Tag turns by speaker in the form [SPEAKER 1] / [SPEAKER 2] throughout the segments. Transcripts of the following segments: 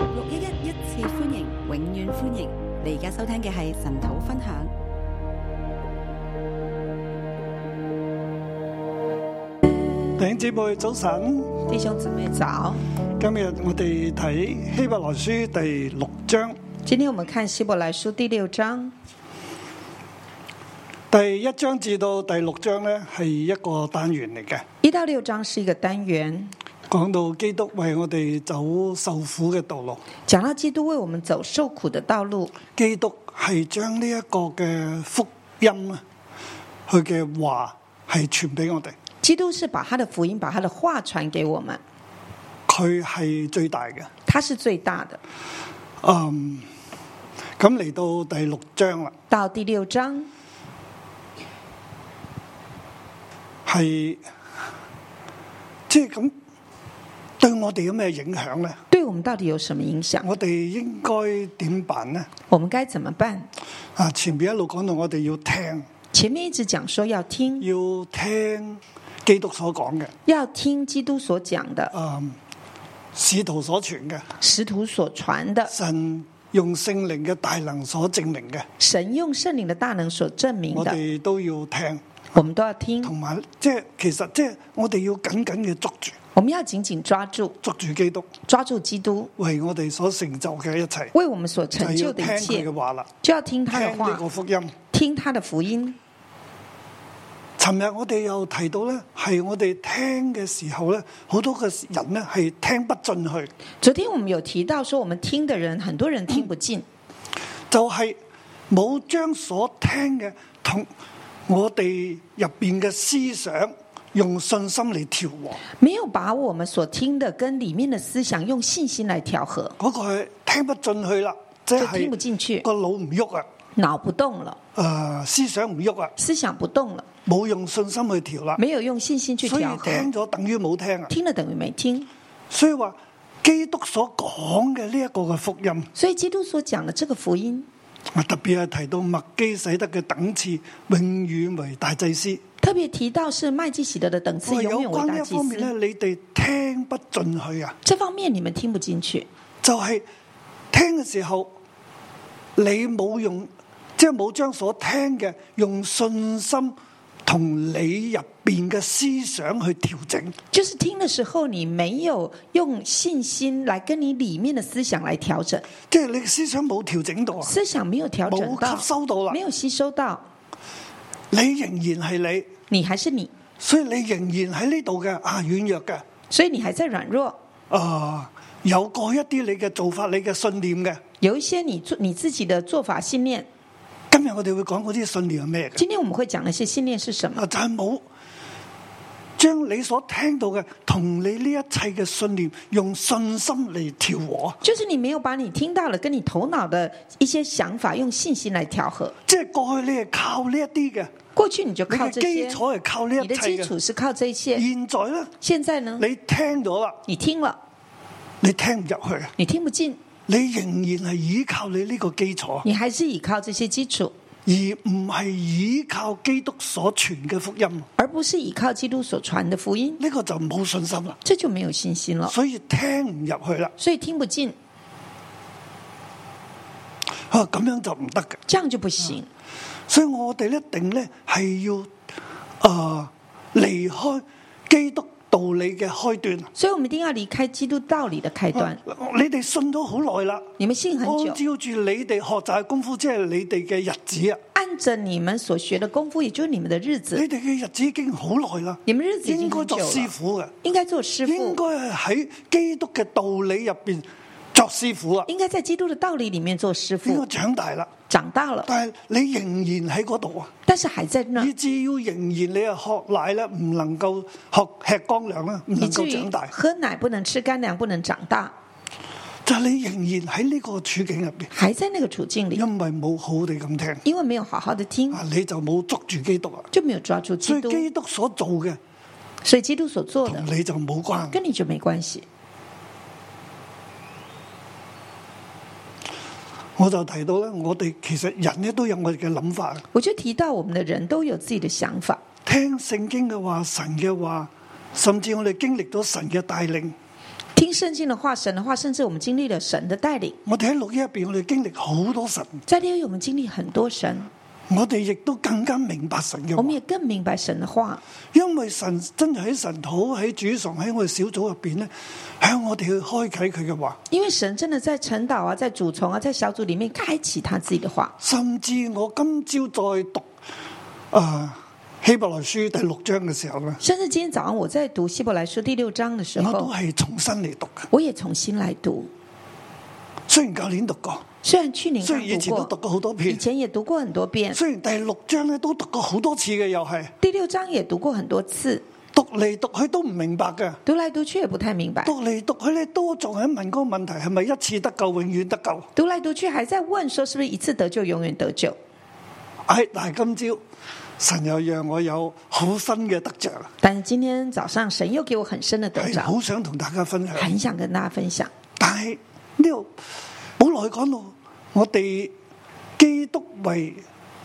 [SPEAKER 1] 六一一一次歡迎，永遠歡迎！你而家收聽嘅係神土分享。
[SPEAKER 2] 弟兄姊妹早晨，
[SPEAKER 3] 弟兄姊妹早，
[SPEAKER 2] 今日我哋睇希伯來書第六章
[SPEAKER 3] 今天我們看希伯來書第六章，
[SPEAKER 2] 第一章至到第六章呢係一個單元嚟嘅，
[SPEAKER 3] 一到六章是一個單元，
[SPEAKER 2] 講到基督為我哋走受苦嘅道路，
[SPEAKER 3] 講到基督為我們走受苦的道路，
[SPEAKER 2] 基督係將呢一個嘅福音啊，佢嘅話係傳俾我哋，
[SPEAKER 3] 基督是把他的福音、把他的話傳給我們，
[SPEAKER 2] 佢係最大嘅。
[SPEAKER 3] 他是最大的。
[SPEAKER 2] 嗯，咁嚟到第六章啦，
[SPEAKER 3] 到第六章
[SPEAKER 2] 係即係咁對我哋有咩影響呢？
[SPEAKER 3] 對我們到底有什麼影響？
[SPEAKER 2] 我哋應該點辦呢？
[SPEAKER 3] 我們該怎麼辦？
[SPEAKER 2] 啊，前面一路講到我哋要聽，
[SPEAKER 3] 前面一直講說要聽，
[SPEAKER 2] 要聽基督所講嘅，
[SPEAKER 3] 要聽基督所講的，
[SPEAKER 2] 嗯，使徒所傳嘅，
[SPEAKER 3] 使徒所傳的，
[SPEAKER 2] 神用聖靈嘅大能所證明嘅，
[SPEAKER 3] 神用聖靈的大能所證明
[SPEAKER 2] 我
[SPEAKER 3] 的，
[SPEAKER 2] 哋都要聽，
[SPEAKER 3] 我們都要聽
[SPEAKER 2] 同，埋即係其實即係我哋要緊緊嘅捉住，
[SPEAKER 3] 我們要緊緊抓住，
[SPEAKER 2] 捉住基督
[SPEAKER 3] 抓住基督
[SPEAKER 2] 為我哋所成就嘅一切，
[SPEAKER 3] 為我們所
[SPEAKER 2] 就
[SPEAKER 3] 成
[SPEAKER 2] 係
[SPEAKER 3] 就
[SPEAKER 2] 要
[SPEAKER 3] 的
[SPEAKER 2] 聽
[SPEAKER 3] 一
[SPEAKER 2] 佢
[SPEAKER 3] 切
[SPEAKER 2] 嘅。話啦，
[SPEAKER 3] 就要聽他的
[SPEAKER 2] 聽呢
[SPEAKER 3] 話
[SPEAKER 2] 個，福音。
[SPEAKER 3] 聽他的福音。
[SPEAKER 2] 尋日我哋又提到咧，係我哋聽嘅時候咧，好多嘅人咧係聽不進去。
[SPEAKER 3] 昨天我們有提到說，我們聽的人，很多人聽不進，
[SPEAKER 2] 就係冇將所聽嘅同我哋入邊嘅思想用信心嚟調和，
[SPEAKER 3] 沒有把我們所聽的跟裡面的思想用信心來調和，
[SPEAKER 2] 嗰、個係聽不進去啦，即
[SPEAKER 3] 就聽不
[SPEAKER 2] 係
[SPEAKER 3] 進去，
[SPEAKER 2] 個腦唔喐啊，
[SPEAKER 3] 腦不動了，
[SPEAKER 2] 誒、思想唔喐啊，
[SPEAKER 3] 思想不動了，
[SPEAKER 2] 冇用信心去調啦，
[SPEAKER 3] 沒有用信心去
[SPEAKER 2] 所以
[SPEAKER 3] 調啊
[SPEAKER 2] 聽
[SPEAKER 3] 和，
[SPEAKER 2] 咗等於冇聽啊，
[SPEAKER 3] 聽了等於沒聽。
[SPEAKER 2] 所以話基督所講嘅呢一個嘅福音，
[SPEAKER 3] 所以基督所講的這個福音，
[SPEAKER 2] 啊特別係提到麥基洗德嘅等次，永遠為大祭司。
[SPEAKER 3] 特別提到是麥基洗德的等次
[SPEAKER 2] 我話哦有
[SPEAKER 3] 永遠為
[SPEAKER 2] 關呢
[SPEAKER 3] 大
[SPEAKER 2] 一
[SPEAKER 3] 祭
[SPEAKER 2] 方面
[SPEAKER 3] 司。
[SPEAKER 2] 咧，你哋聽不進去啊。
[SPEAKER 3] 這方面你們聽不進去，
[SPEAKER 2] 就係聽嘅時候，你冇用，即係冇將所聽嘅用信心同你入邊嘅思想去調整，
[SPEAKER 3] 就是聽的時候你沒有用信心來跟你裡面的思想來調整。
[SPEAKER 2] 即係你嘅思想冇調整到啊，
[SPEAKER 3] 思想沒有調整到，
[SPEAKER 2] 冇吸收到啦
[SPEAKER 3] 沒有吸收到，
[SPEAKER 2] 你仍然係你，
[SPEAKER 3] 你還是你，
[SPEAKER 2] 所以你仍然喺呢度嘅啊軟弱嘅，
[SPEAKER 3] 所以你還在軟弱。
[SPEAKER 2] 啊有過一啲你嘅做法、你嘅信念嘅。
[SPEAKER 3] 有一些你做你自己的做法信念，
[SPEAKER 2] 今日我哋會講嗰啲信念係咩嘅，
[SPEAKER 3] 今天我們會講那些信念是什麼，
[SPEAKER 2] 啊就係冇。將你所聽到嘅同你呢一切嘅信念，用信心嚟調和。
[SPEAKER 3] 就是你沒有把你聽到了跟你頭腦的一些想法用信心來調和。
[SPEAKER 2] 即係過去你係靠呢一啲嘅，
[SPEAKER 3] 過去你就
[SPEAKER 2] 你
[SPEAKER 3] 靠
[SPEAKER 2] 嘅
[SPEAKER 3] 這
[SPEAKER 2] 基
[SPEAKER 3] 些，
[SPEAKER 2] 礎係靠呢
[SPEAKER 3] 你
[SPEAKER 2] 一
[SPEAKER 3] 的基
[SPEAKER 2] 切嘅。
[SPEAKER 3] 礎是靠這些。
[SPEAKER 2] 現在咧，
[SPEAKER 3] 現在呢，
[SPEAKER 2] 你聽咗啦，
[SPEAKER 3] 你聽了，
[SPEAKER 2] 你聽唔入去，啊
[SPEAKER 3] 你聽不進，
[SPEAKER 2] 你仍然係依靠你呢個基礎，
[SPEAKER 3] 你還是依靠這些基礎，
[SPEAKER 2] 而唔係依靠基督所傳嘅福音。呢、
[SPEAKER 3] 而不是依靠基督所傳的福音，
[SPEAKER 2] 個就冇信心啦，
[SPEAKER 3] 這就沒有信心了，
[SPEAKER 2] 所以聽唔入去啦。
[SPEAKER 3] 所以聽不進，
[SPEAKER 2] 啊，咁樣就唔得嘅。
[SPEAKER 3] 這樣就不行。
[SPEAKER 2] 所以我哋一定咧係要啊、呃、離開基督道理嘅開端。
[SPEAKER 3] 所以我們一定要離開基督道理的開端。
[SPEAKER 2] 你哋信咗好耐啦。
[SPEAKER 3] 你們信很
[SPEAKER 2] 按
[SPEAKER 3] 久，
[SPEAKER 2] 照住你哋學習嘅功夫，即係你哋嘅日子啊！
[SPEAKER 3] 按着你們所學的功夫，也就是你們的日
[SPEAKER 2] 你
[SPEAKER 3] 子，
[SPEAKER 2] 哋嘅日子已經好耐啦，
[SPEAKER 3] 你們日子已
[SPEAKER 2] 應
[SPEAKER 3] 經
[SPEAKER 2] 該
[SPEAKER 3] 很久
[SPEAKER 2] 作
[SPEAKER 3] 了，
[SPEAKER 2] 師傅嘅，
[SPEAKER 3] 應該做師
[SPEAKER 2] 應該
[SPEAKER 3] 傅，
[SPEAKER 2] 係喺基督嘅道理入邊作師傅啊！
[SPEAKER 3] 應該在基督的道理裡面做師
[SPEAKER 2] 應該
[SPEAKER 3] 傅。
[SPEAKER 2] 長大啦，
[SPEAKER 3] 長大了，
[SPEAKER 2] 但係你仍然喺嗰度啊，
[SPEAKER 3] 但是還在那
[SPEAKER 2] 以，至要仍然你係學奶啦，唔能夠學吃乾糧啦，唔
[SPEAKER 3] 以
[SPEAKER 2] 能
[SPEAKER 3] 至
[SPEAKER 2] 夠
[SPEAKER 3] 於
[SPEAKER 2] 長大，
[SPEAKER 3] 喝奶不能吃乾糧，不能長大，
[SPEAKER 2] 就係你仍然喺呢個處境入邊，
[SPEAKER 3] 還在那個處境裡，
[SPEAKER 2] 因為冇好地咁聽
[SPEAKER 3] 因為沒有好好的聽，
[SPEAKER 2] 啊，你就冇捉住基督啊，
[SPEAKER 3] 就沒有抓住
[SPEAKER 2] 所
[SPEAKER 3] 基
[SPEAKER 2] 以
[SPEAKER 3] 督，
[SPEAKER 2] 基督所做嘅
[SPEAKER 3] 所以基督所做
[SPEAKER 2] 同
[SPEAKER 3] 的
[SPEAKER 2] 你就冇關。
[SPEAKER 3] 跟你就沒關係。
[SPEAKER 2] 我就提到咧，我哋其實人咧都有我哋嘅諗法，
[SPEAKER 3] 我就提到我們的人都有自己的想法，
[SPEAKER 2] 聽聖經嘅話、神嘅話，甚至我哋經歷到神嘅帶領，
[SPEAKER 3] 听圣经的话，神的话，甚至我们经历了神的带领，
[SPEAKER 2] 我哋喺六一入边，我哋經歷好多神，
[SPEAKER 3] 在六一我们经历很多神，
[SPEAKER 2] 我哋亦都更加明白神嘅
[SPEAKER 3] 我们
[SPEAKER 2] 話，
[SPEAKER 3] 也更明白神的话，
[SPEAKER 2] 因為神真係喺神土喺主崇喺我哋小組入边咧，向我哋去開啟佢嘅話。
[SPEAKER 3] 因为神真的在晨祷啊，在主从啊，在小组里面开启他自己的话。
[SPEAKER 2] 甚至我今朝再讀啊希伯來書第六章嘅時候咧，
[SPEAKER 3] 甚至今天早上我在读希伯来书第六章的时
[SPEAKER 2] 我都
[SPEAKER 3] 候，
[SPEAKER 2] 係重新嚟讀嘅。
[SPEAKER 3] 我也重新来读，
[SPEAKER 2] 雖然舊年讀過，
[SPEAKER 3] 虽然去年
[SPEAKER 2] 雖
[SPEAKER 3] 刚
[SPEAKER 2] 然以前
[SPEAKER 3] 读
[SPEAKER 2] 都讀
[SPEAKER 3] 过，
[SPEAKER 2] 過好多
[SPEAKER 3] 以
[SPEAKER 2] 遍，
[SPEAKER 3] 前也读过很多遍，
[SPEAKER 2] 雖然第六章咧都讀過好多次嘅，又係
[SPEAKER 3] 第六章也读过很多次，
[SPEAKER 2] 讀嚟讀去都唔明白嘅。
[SPEAKER 3] 读来读去也不太明白，
[SPEAKER 2] 讀嚟讀去咧，都仲喺問嗰個問題係咪一次得救，永遠得救？
[SPEAKER 3] 读来读去还在问说是不是一次得救永远得救。
[SPEAKER 2] 唉，哎但係今朝神又讓我有好新嘅得着，
[SPEAKER 3] 但是今天早上神又给我很深的得
[SPEAKER 2] 係
[SPEAKER 3] 着，
[SPEAKER 2] 好想同大家分享。
[SPEAKER 3] 很想跟大家分享。
[SPEAKER 2] 但係呢度保羅講到，我哋基督為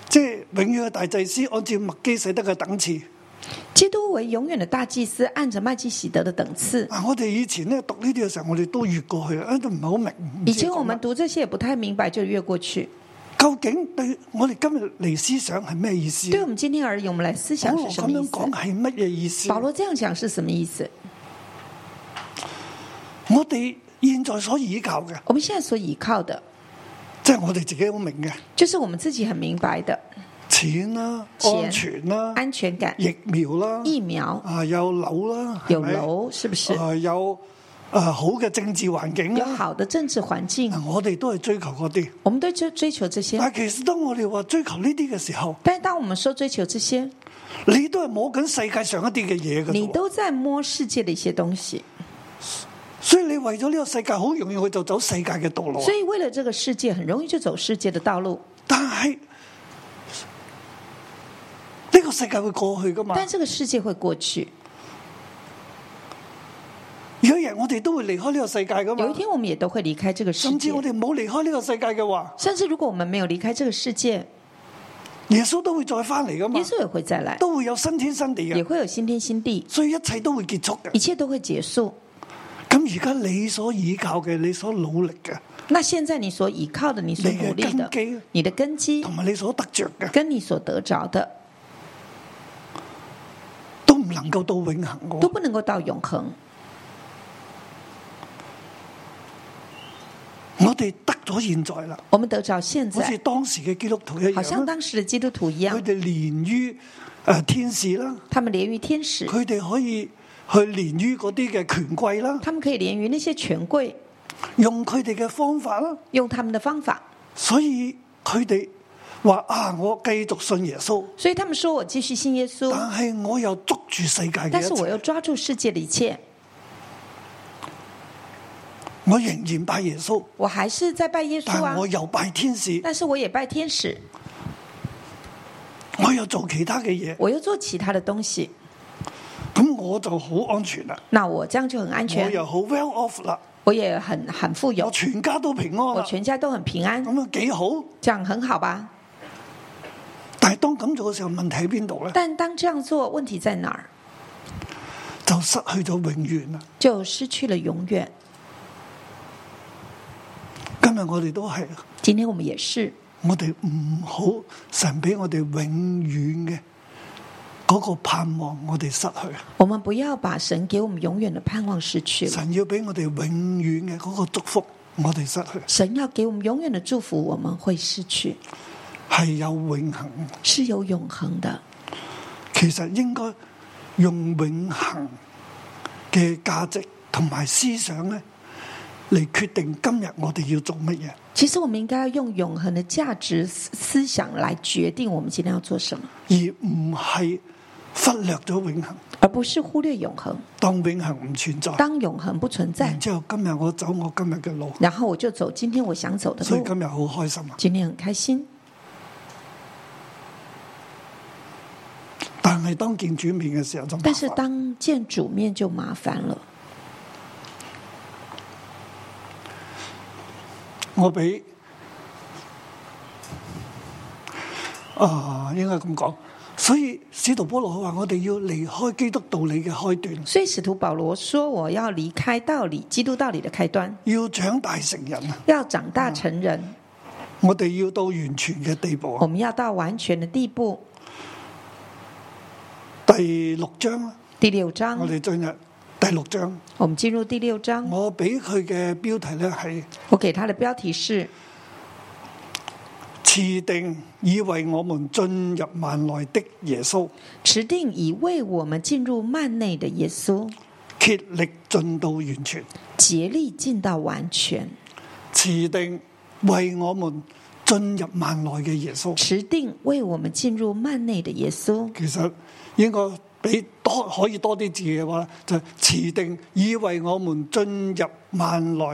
[SPEAKER 2] 即係永遠嘅大祭司，按照麥基洗德嘅等次。
[SPEAKER 3] 基督为永远的大祭司，按着麦基喜德的等次。
[SPEAKER 2] 啊，我哋以前咧讀呢啲嘅時候，我哋都越過去啊，都唔係好明。唔知
[SPEAKER 3] 以前我
[SPEAKER 2] 講
[SPEAKER 3] 们
[SPEAKER 2] 乜
[SPEAKER 3] 读这些也不太明白，就越过去。
[SPEAKER 2] 究竟對我哋今日嚟思想係咩意思？
[SPEAKER 3] 对我们今天而言，我们来思
[SPEAKER 2] 保
[SPEAKER 3] 想
[SPEAKER 2] 羅
[SPEAKER 3] 是什
[SPEAKER 2] 咁
[SPEAKER 3] 么意
[SPEAKER 2] 樣講
[SPEAKER 3] 思？
[SPEAKER 2] 係乜嘢意思？
[SPEAKER 3] 保罗这样讲是什么意思？
[SPEAKER 2] 我哋現在所倚靠嘅，
[SPEAKER 3] 我们现在所依靠的，
[SPEAKER 2] 即係我哋自己好明嘅，
[SPEAKER 3] 就是我们自己很明白的
[SPEAKER 2] 錢啦、
[SPEAKER 3] 錢
[SPEAKER 2] 安全啦、
[SPEAKER 3] 安全感、
[SPEAKER 2] 疫苗啦，
[SPEAKER 3] 疫苗、
[SPEAKER 2] 啊有樓啦，係
[SPEAKER 3] 有
[SPEAKER 2] 咪
[SPEAKER 3] 楼，是不是？
[SPEAKER 2] 啊有啊好嘅政治環境
[SPEAKER 3] 有
[SPEAKER 2] 啦，
[SPEAKER 3] 好的政治环境，
[SPEAKER 2] 嗱我哋都係追求嗰啲。
[SPEAKER 3] 我们都追追求这些。
[SPEAKER 2] 但係其實當我哋話追求呢啲嘅時候，
[SPEAKER 3] 但是当我们说追求这些，
[SPEAKER 2] 你都係摸緊世界上一啲嘅嘢嘅
[SPEAKER 3] 你
[SPEAKER 2] 啫喎。
[SPEAKER 3] 都在摸世界的一些东西。
[SPEAKER 2] 所以你為咗呢個世界，好容易去就走世界嘅道路啊。
[SPEAKER 3] 所以为了这个世界，很容易就走世界的道路。
[SPEAKER 2] 但係呢個世界會過去噶嘛？
[SPEAKER 3] 但这个世界会过去，
[SPEAKER 2] 有一日我哋都會離開呢個世界噶
[SPEAKER 3] 有一
[SPEAKER 2] 嘛？
[SPEAKER 3] 天我们也都会离开这个世
[SPEAKER 2] 甚
[SPEAKER 3] 界
[SPEAKER 2] 至。我哋冇離開呢個世界嘅話，
[SPEAKER 3] 甚至如果我们没有离开这个世界，
[SPEAKER 2] 耶穌都會再翻嚟噶嘛
[SPEAKER 3] 耶？稣也会再来，
[SPEAKER 2] 都會有新天新地
[SPEAKER 3] 也
[SPEAKER 2] 嘅，
[SPEAKER 3] 会有新天新地，
[SPEAKER 2] 所以一切都會結束嘅
[SPEAKER 3] 一。切都会结束。
[SPEAKER 2] 咁而家你所倚靠嘅，你所努力嘅，
[SPEAKER 3] 那现在你所依靠的，你所努力
[SPEAKER 2] 你的
[SPEAKER 3] 的
[SPEAKER 2] 根基，
[SPEAKER 3] 你的根基
[SPEAKER 2] 同埋你所得着嘅，
[SPEAKER 3] 跟你所得着的，
[SPEAKER 2] 都唔能夠到永恆嘅
[SPEAKER 3] 都
[SPEAKER 2] 喎。
[SPEAKER 3] 不能够到永恒。
[SPEAKER 2] 我哋得咗現在啦，
[SPEAKER 3] 我们得着现
[SPEAKER 2] 好似
[SPEAKER 3] 在，
[SPEAKER 2] 當時嘅基督徒一
[SPEAKER 3] 好像
[SPEAKER 2] 樣啦，
[SPEAKER 3] 当时的基督徒一
[SPEAKER 2] 佢
[SPEAKER 3] 样，
[SPEAKER 2] 哋連於诶天使啦，
[SPEAKER 3] 他们连于天使，
[SPEAKER 2] 佢哋可以去連於嗰啲嘅權貴啦，
[SPEAKER 3] 他们可以连于那些权贵，
[SPEAKER 2] 用佢哋嘅方法啦，
[SPEAKER 3] 用他们的方法。
[SPEAKER 2] 所以佢哋話啊，我繼續信耶穌，
[SPEAKER 3] 所以他们说我继续信耶稣，
[SPEAKER 2] 但係我又捉住世界嘅
[SPEAKER 3] 但是
[SPEAKER 2] 一
[SPEAKER 3] 我
[SPEAKER 2] 切，
[SPEAKER 3] 又抓住世界的一切，
[SPEAKER 2] 我仍然拜耶穌，
[SPEAKER 3] 我还是在拜耶稣
[SPEAKER 2] 但
[SPEAKER 3] 啊
[SPEAKER 2] 我。又拜天使，
[SPEAKER 3] 但是我也拜天使，
[SPEAKER 2] 我又做其他嘅嘢。
[SPEAKER 3] 我又做其他的东西，
[SPEAKER 2] 咁我就好安全啦，
[SPEAKER 3] 那我这样就很安
[SPEAKER 2] 我
[SPEAKER 3] 全，
[SPEAKER 2] 又好 well off 啦，
[SPEAKER 3] 我也很很富
[SPEAKER 2] 我
[SPEAKER 3] 有，
[SPEAKER 2] 全家都平安
[SPEAKER 3] 我
[SPEAKER 2] 啦，
[SPEAKER 3] 全家都很平安，
[SPEAKER 2] 咁樣幾好。
[SPEAKER 3] 这样很好吧？
[SPEAKER 2] 但係當咁做嘅時候，問題喺邊度咧？
[SPEAKER 3] 但当这样做，问题在哪儿？
[SPEAKER 2] 就失去咗永遠啦。
[SPEAKER 3] 就失去了永远。
[SPEAKER 2] 今日我哋都係，
[SPEAKER 3] 今天我们也是，
[SPEAKER 2] 我哋唔好神俾我哋永遠嘅嗰個盼望，我哋失去。
[SPEAKER 3] 我们不要把神给我们永远的盼望失去了，
[SPEAKER 2] 神要俾我哋永遠嘅嗰個祝福，我哋失去
[SPEAKER 3] 神要给我们永远的祝福，我们会失去，
[SPEAKER 2] 係有永恆。
[SPEAKER 3] 是有永恒的。
[SPEAKER 2] 其實應該用永恆嘅價值同埋思想咧，嚟決定今日我哋要做乜嘢。
[SPEAKER 3] 其实我们应该要用永恒的价值思思想来决定我们今天要做什么，
[SPEAKER 2] 而唔係忽略咗永恆，
[SPEAKER 3] 而不是忽略永恒。
[SPEAKER 2] 當永恆唔存在。
[SPEAKER 3] 当永恒不存在
[SPEAKER 2] 然，之後今日我走我今日嘅路，
[SPEAKER 3] 然后我就走今天我想走的
[SPEAKER 2] 所以
[SPEAKER 3] 路。
[SPEAKER 2] 今日好開心啊！
[SPEAKER 3] 今天很开心，
[SPEAKER 2] 但係當見主面嘅時候就麻
[SPEAKER 3] 但是
[SPEAKER 2] 煩。
[SPEAKER 3] 当见主面就麻烦了。
[SPEAKER 2] 我俾啊，應該咁講，所以使徒保羅佢話：我哋要離開基督道理嘅開端，
[SPEAKER 3] 所以使徒保罗说：“我要离开道理，基督道理的开端，
[SPEAKER 2] 要長大成人啊！
[SPEAKER 3] 要长大成人，
[SPEAKER 2] 我哋要到完全嘅地步
[SPEAKER 3] 我
[SPEAKER 2] 啊！
[SPEAKER 3] 们要到完全的地步。
[SPEAKER 2] 第六章啦，”
[SPEAKER 3] 第六
[SPEAKER 2] 我
[SPEAKER 3] 章，
[SPEAKER 2] 哋進入第六章，
[SPEAKER 3] 我们进入第六章，
[SPEAKER 2] 我俾佢嘅標題咧係
[SPEAKER 3] 我给它的标题是
[SPEAKER 2] 持定以為我們進入幔內的耶穌，
[SPEAKER 3] “持定以为我们进入幔内的耶稣，
[SPEAKER 2] 竭力進到完全。
[SPEAKER 3] 竭力进到完全，
[SPEAKER 2] 持定為我們進入萬內嘅耶穌，
[SPEAKER 3] 持定为我们进入幔内的耶稣。”
[SPEAKER 2] 其實應該俾多可以多啲字嘅話，就係持定以為我們進入萬內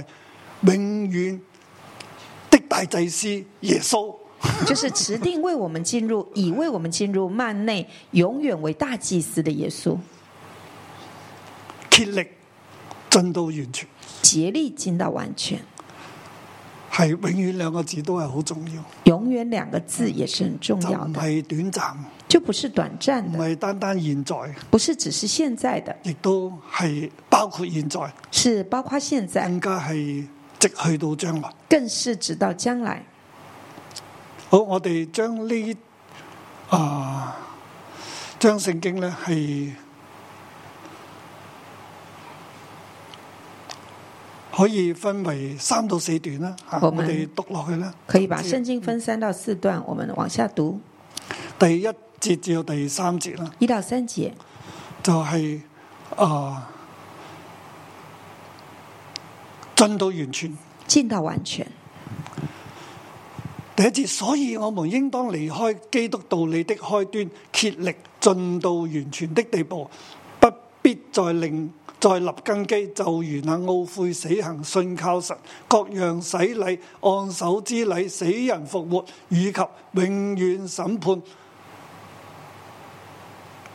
[SPEAKER 2] 永遠的大祭司耶穌。
[SPEAKER 3] 就是持定为我们进入，以为我们进入幔内，永远为大祭司的耶稣，
[SPEAKER 2] 竭力進到完全，
[SPEAKER 3] 竭力进到完全。
[SPEAKER 2] 係永遠兩個字都係好重要，
[SPEAKER 3] 永远两个字也是很重
[SPEAKER 2] 就
[SPEAKER 3] 要
[SPEAKER 2] 唔
[SPEAKER 3] 的，
[SPEAKER 2] 係短暫，
[SPEAKER 3] 就不是短暂
[SPEAKER 2] 唔
[SPEAKER 3] 的，
[SPEAKER 2] 係單單現在，
[SPEAKER 3] 不是只是现在的，
[SPEAKER 2] 亦都係包括現在，
[SPEAKER 3] 是包括现在，
[SPEAKER 2] 更加係直去到將來。
[SPEAKER 3] 更是直到将来。
[SPEAKER 2] 好，我哋將呢啊將聖經咧係可以分為三到四段啦。吓，
[SPEAKER 3] 好
[SPEAKER 2] 我
[SPEAKER 3] 嘛
[SPEAKER 2] 哋讀落去啦。
[SPEAKER 3] 可以把圣经分三到四段，我们往下读
[SPEAKER 2] 第一節至到第三節啦，
[SPEAKER 3] 一到三节，
[SPEAKER 2] 就係、啊進到完全。
[SPEAKER 3] 进到完全。
[SPEAKER 2] 第一節，所以我們應當離開基督道理的開端，竭力進到完全的地步，不必再另再立根基，就如那懊悔死行、信靠神、各樣洗禮、按手之禮、死人復活，以及永遠審判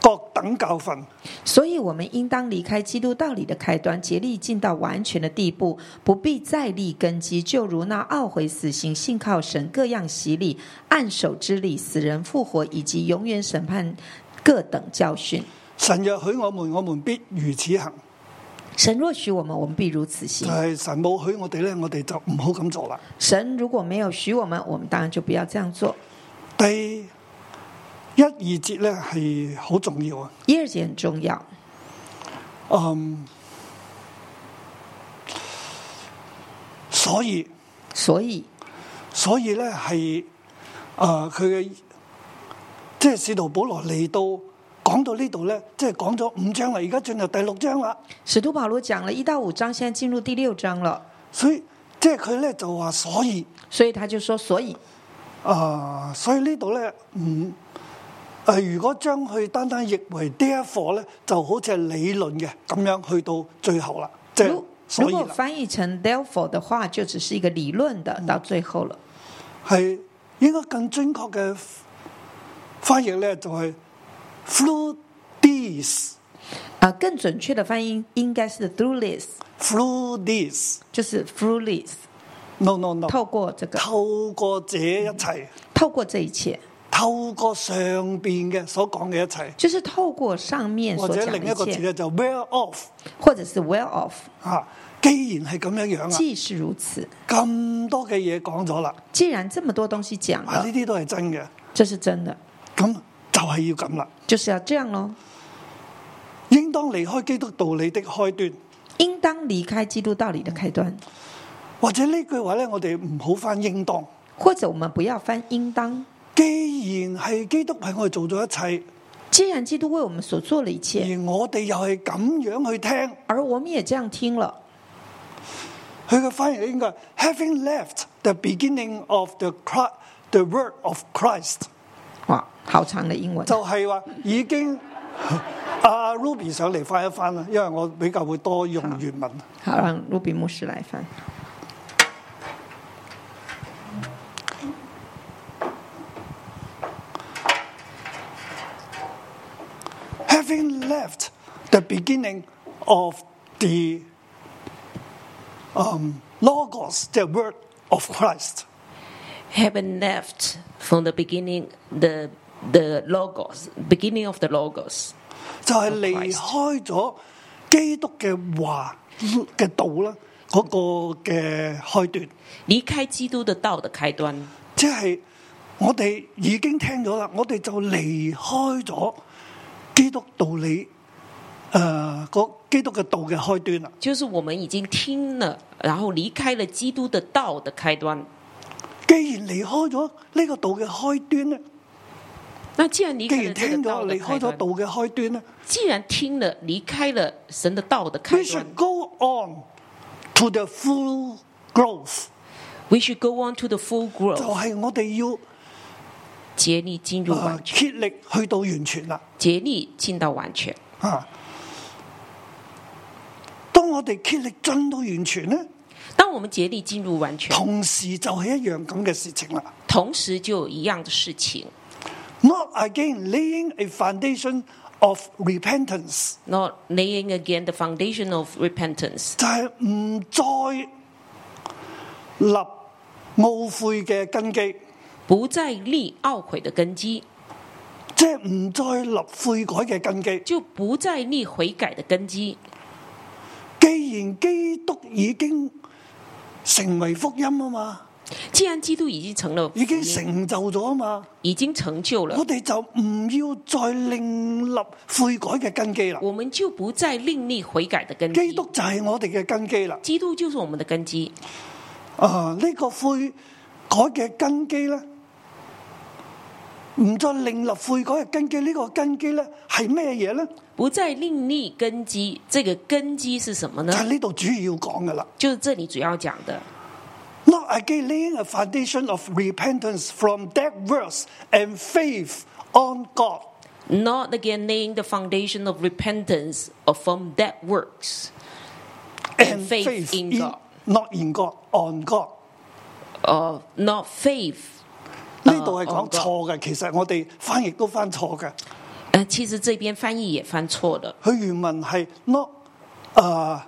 [SPEAKER 2] 各等教訓。
[SPEAKER 3] 所以，我们应当离开基督道理的开端，竭力进到完全的地步，不必再立根基。就如那懊悔死刑、信靠神、各样洗礼、按手之礼、死人复活，以及永远审判各等教训。
[SPEAKER 2] 神若許我們，我們必如此行。
[SPEAKER 3] 神若许我们，我们必如此行
[SPEAKER 2] 就；係、神冇許我哋呢，我哋就唔好咁做啦。
[SPEAKER 3] 神如果没有许我们，我们当然就不要这样做。
[SPEAKER 2] 第一二節咧係好重要啊！
[SPEAKER 3] 一二节很重要，
[SPEAKER 2] 嗯，所以
[SPEAKER 3] 所以
[SPEAKER 2] 所以咧係啊佢嘅即係使徒保羅嚟到講到呢度咧，即係講咗五章啦，而家進入第六章啦，
[SPEAKER 3] 使徒保罗讲了一到五章，现在进入第六章了，
[SPEAKER 2] 所以即係佢咧就話所以
[SPEAKER 3] 所以他就说：所以
[SPEAKER 2] 啊、所以呢度咧唔。誒、如果將佢單單譯為呢一課咧，就好似係理論嘅咁樣去到最後啦，即係
[SPEAKER 3] 如
[SPEAKER 2] 所
[SPEAKER 3] 如
[SPEAKER 2] 以
[SPEAKER 3] 果
[SPEAKER 2] 啦。
[SPEAKER 3] 翻译成 therefore 的话，就只是一个理论
[SPEAKER 2] 嗯
[SPEAKER 3] 的，到最后了。
[SPEAKER 2] 係應該更準確嘅翻譯咧，就係 through this,
[SPEAKER 3] 啊，更准确的翻译应该是 through this，
[SPEAKER 2] through this。
[SPEAKER 3] 就是 through this，
[SPEAKER 2] No no no，
[SPEAKER 3] 透过这个，
[SPEAKER 2] 透過這一切，
[SPEAKER 3] 透过这一切，
[SPEAKER 2] 透過上邊嘅所講嘅一切，
[SPEAKER 3] 就是透过上面
[SPEAKER 2] 或
[SPEAKER 3] 所
[SPEAKER 2] 者
[SPEAKER 3] 讲的
[SPEAKER 2] 另一個
[SPEAKER 3] 一
[SPEAKER 2] 字
[SPEAKER 3] 切，
[SPEAKER 2] 咧就 well off
[SPEAKER 3] 或者是 well off。
[SPEAKER 2] 嚇、既然係咁樣樣啊，
[SPEAKER 3] 既是如此，
[SPEAKER 2] 咁多嘅嘢講咗啦，
[SPEAKER 3] 既然这么多东西讲
[SPEAKER 2] 啊
[SPEAKER 3] 了
[SPEAKER 2] 呢，啲都係真嘅，
[SPEAKER 3] 这是真的，
[SPEAKER 2] 咁就係要咁啦。
[SPEAKER 3] 就是要这样咯。
[SPEAKER 2] 應當離開基督道理的開端，
[SPEAKER 3] 应当离开基督道理的开端，
[SPEAKER 2] 或者呢句話咧，我哋唔好翻應當。
[SPEAKER 3] 或者我们不要翻应当。
[SPEAKER 2] 既然係基督為我哋做咗一
[SPEAKER 3] 既然基督为我们所做了一切，
[SPEAKER 2] 切，而我哋又係咁樣去聽，
[SPEAKER 3] 而我们也这样聽了，
[SPEAKER 2] 佢嘅翻譯應該係 having left the beginning of the Christ, the word of Christ，
[SPEAKER 3] 哇，好长的英文。
[SPEAKER 2] 就係話已經阿、Ruby 上嚟翻一翻啦，因為我比較會多用原文。
[SPEAKER 3] 好，让卢比牧师来翻。
[SPEAKER 2] having left the beginning of the um, logos, the word of Christ，
[SPEAKER 4] Haven't left from the beginning the the logos, beginning of the logos.
[SPEAKER 2] 就係離開咗基督嘅話嘅道啦，嗰、個嘅開端，
[SPEAKER 4] 离开基督的道的开端，
[SPEAKER 2] 即係我哋已經聽咗啦，我哋就離開咗基督道理，诶、嗰基督嘅道嘅開端啦。
[SPEAKER 4] 就是我们已经听了，然后离开了基督的道的开端。
[SPEAKER 2] 既然離開咗呢個道嘅開端咧，
[SPEAKER 4] 那既然离
[SPEAKER 2] 既
[SPEAKER 4] 开了
[SPEAKER 2] 然
[SPEAKER 4] 这
[SPEAKER 2] 聽
[SPEAKER 4] 个道
[SPEAKER 2] 咗
[SPEAKER 4] 的
[SPEAKER 2] 離開
[SPEAKER 4] 开
[SPEAKER 2] 咗
[SPEAKER 4] 端
[SPEAKER 2] 道，嘅開端咧
[SPEAKER 4] 既然听了离开了神的道的
[SPEAKER 2] ，we
[SPEAKER 4] 开端
[SPEAKER 2] should go on to the full growth，
[SPEAKER 4] ，we should go on to the full
[SPEAKER 2] 就
[SPEAKER 4] growth，
[SPEAKER 2] 係我哋要
[SPEAKER 4] 竭力进入
[SPEAKER 2] 呃
[SPEAKER 4] 完全，
[SPEAKER 2] 竭力去到完全啦。
[SPEAKER 4] 竭力进到完全。
[SPEAKER 2] 啊！当我哋竭力進到完全咧，
[SPEAKER 4] 当我们竭力进入完全，
[SPEAKER 2] 同時就係一樣咁嘅事情啦。
[SPEAKER 4] 同时就有一样的事情。
[SPEAKER 2] Not again laying a foundation of repentance，
[SPEAKER 4] Not laying again the foundation of repentance，
[SPEAKER 2] 就係唔再立懊悔嘅根基，
[SPEAKER 4] 不再立懊悔的根基，
[SPEAKER 2] 即係唔再立悔改嘅根基。
[SPEAKER 4] 就不再立悔改的根基。
[SPEAKER 2] 既然基督已經成為福音啊嘛，
[SPEAKER 4] 既然基督已经成了福音，
[SPEAKER 2] 已經成就咗啊嘛，
[SPEAKER 4] 已经成就了
[SPEAKER 2] 我，哋就唔要再另立悔改嘅根基啦。
[SPEAKER 4] 我们就不再另立悔改的根基。
[SPEAKER 2] 基督就係我哋嘅根基啦。
[SPEAKER 4] 基督就是我们的根基。
[SPEAKER 2] 啊，呢、個悔改嘅根基咧，唔再另立悔改嘅根基，呢、個根基咧係咩嘢咧？
[SPEAKER 4] 不再另立根基，这个根基是什么
[SPEAKER 2] 就
[SPEAKER 4] 呢？
[SPEAKER 2] 係呢度主要要講噶啦。
[SPEAKER 4] 就是这里主要讲的。
[SPEAKER 2] Not again laying a foundation of repentance from that verse and faith on God。
[SPEAKER 4] Not again laying the foundation of repentance from dead works
[SPEAKER 2] And
[SPEAKER 4] And faith in God.
[SPEAKER 2] not in God, on God。
[SPEAKER 4] of not faith。
[SPEAKER 2] 呢度係講
[SPEAKER 4] 啊 on God
[SPEAKER 2] 錯嘅，其實我哋翻譯都翻錯嘅。
[SPEAKER 4] 呃，其实这边翻译也翻错了，
[SPEAKER 2] 佢原文係 not 啊、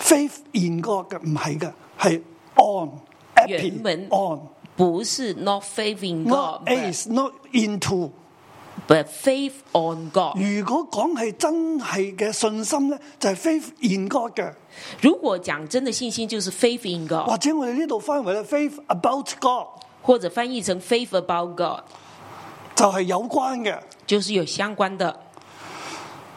[SPEAKER 2] faith in God 嘅，唔係嘅，係 on happy
[SPEAKER 4] 原文
[SPEAKER 2] on
[SPEAKER 4] 不是 not faith in
[SPEAKER 2] not
[SPEAKER 4] God，but
[SPEAKER 2] is not into。
[SPEAKER 4] but faith on God。
[SPEAKER 2] 如果講係真係嘅信心咧，就係、faith in God 嘅，
[SPEAKER 4] 如果讲真的信心，就是 faith in
[SPEAKER 2] 或
[SPEAKER 4] God，
[SPEAKER 2] 者我哋呢度翻為咧 faith about God
[SPEAKER 4] 或者翻译成 faith about God，
[SPEAKER 2] 就係有關嘅。
[SPEAKER 4] 就是有相关的。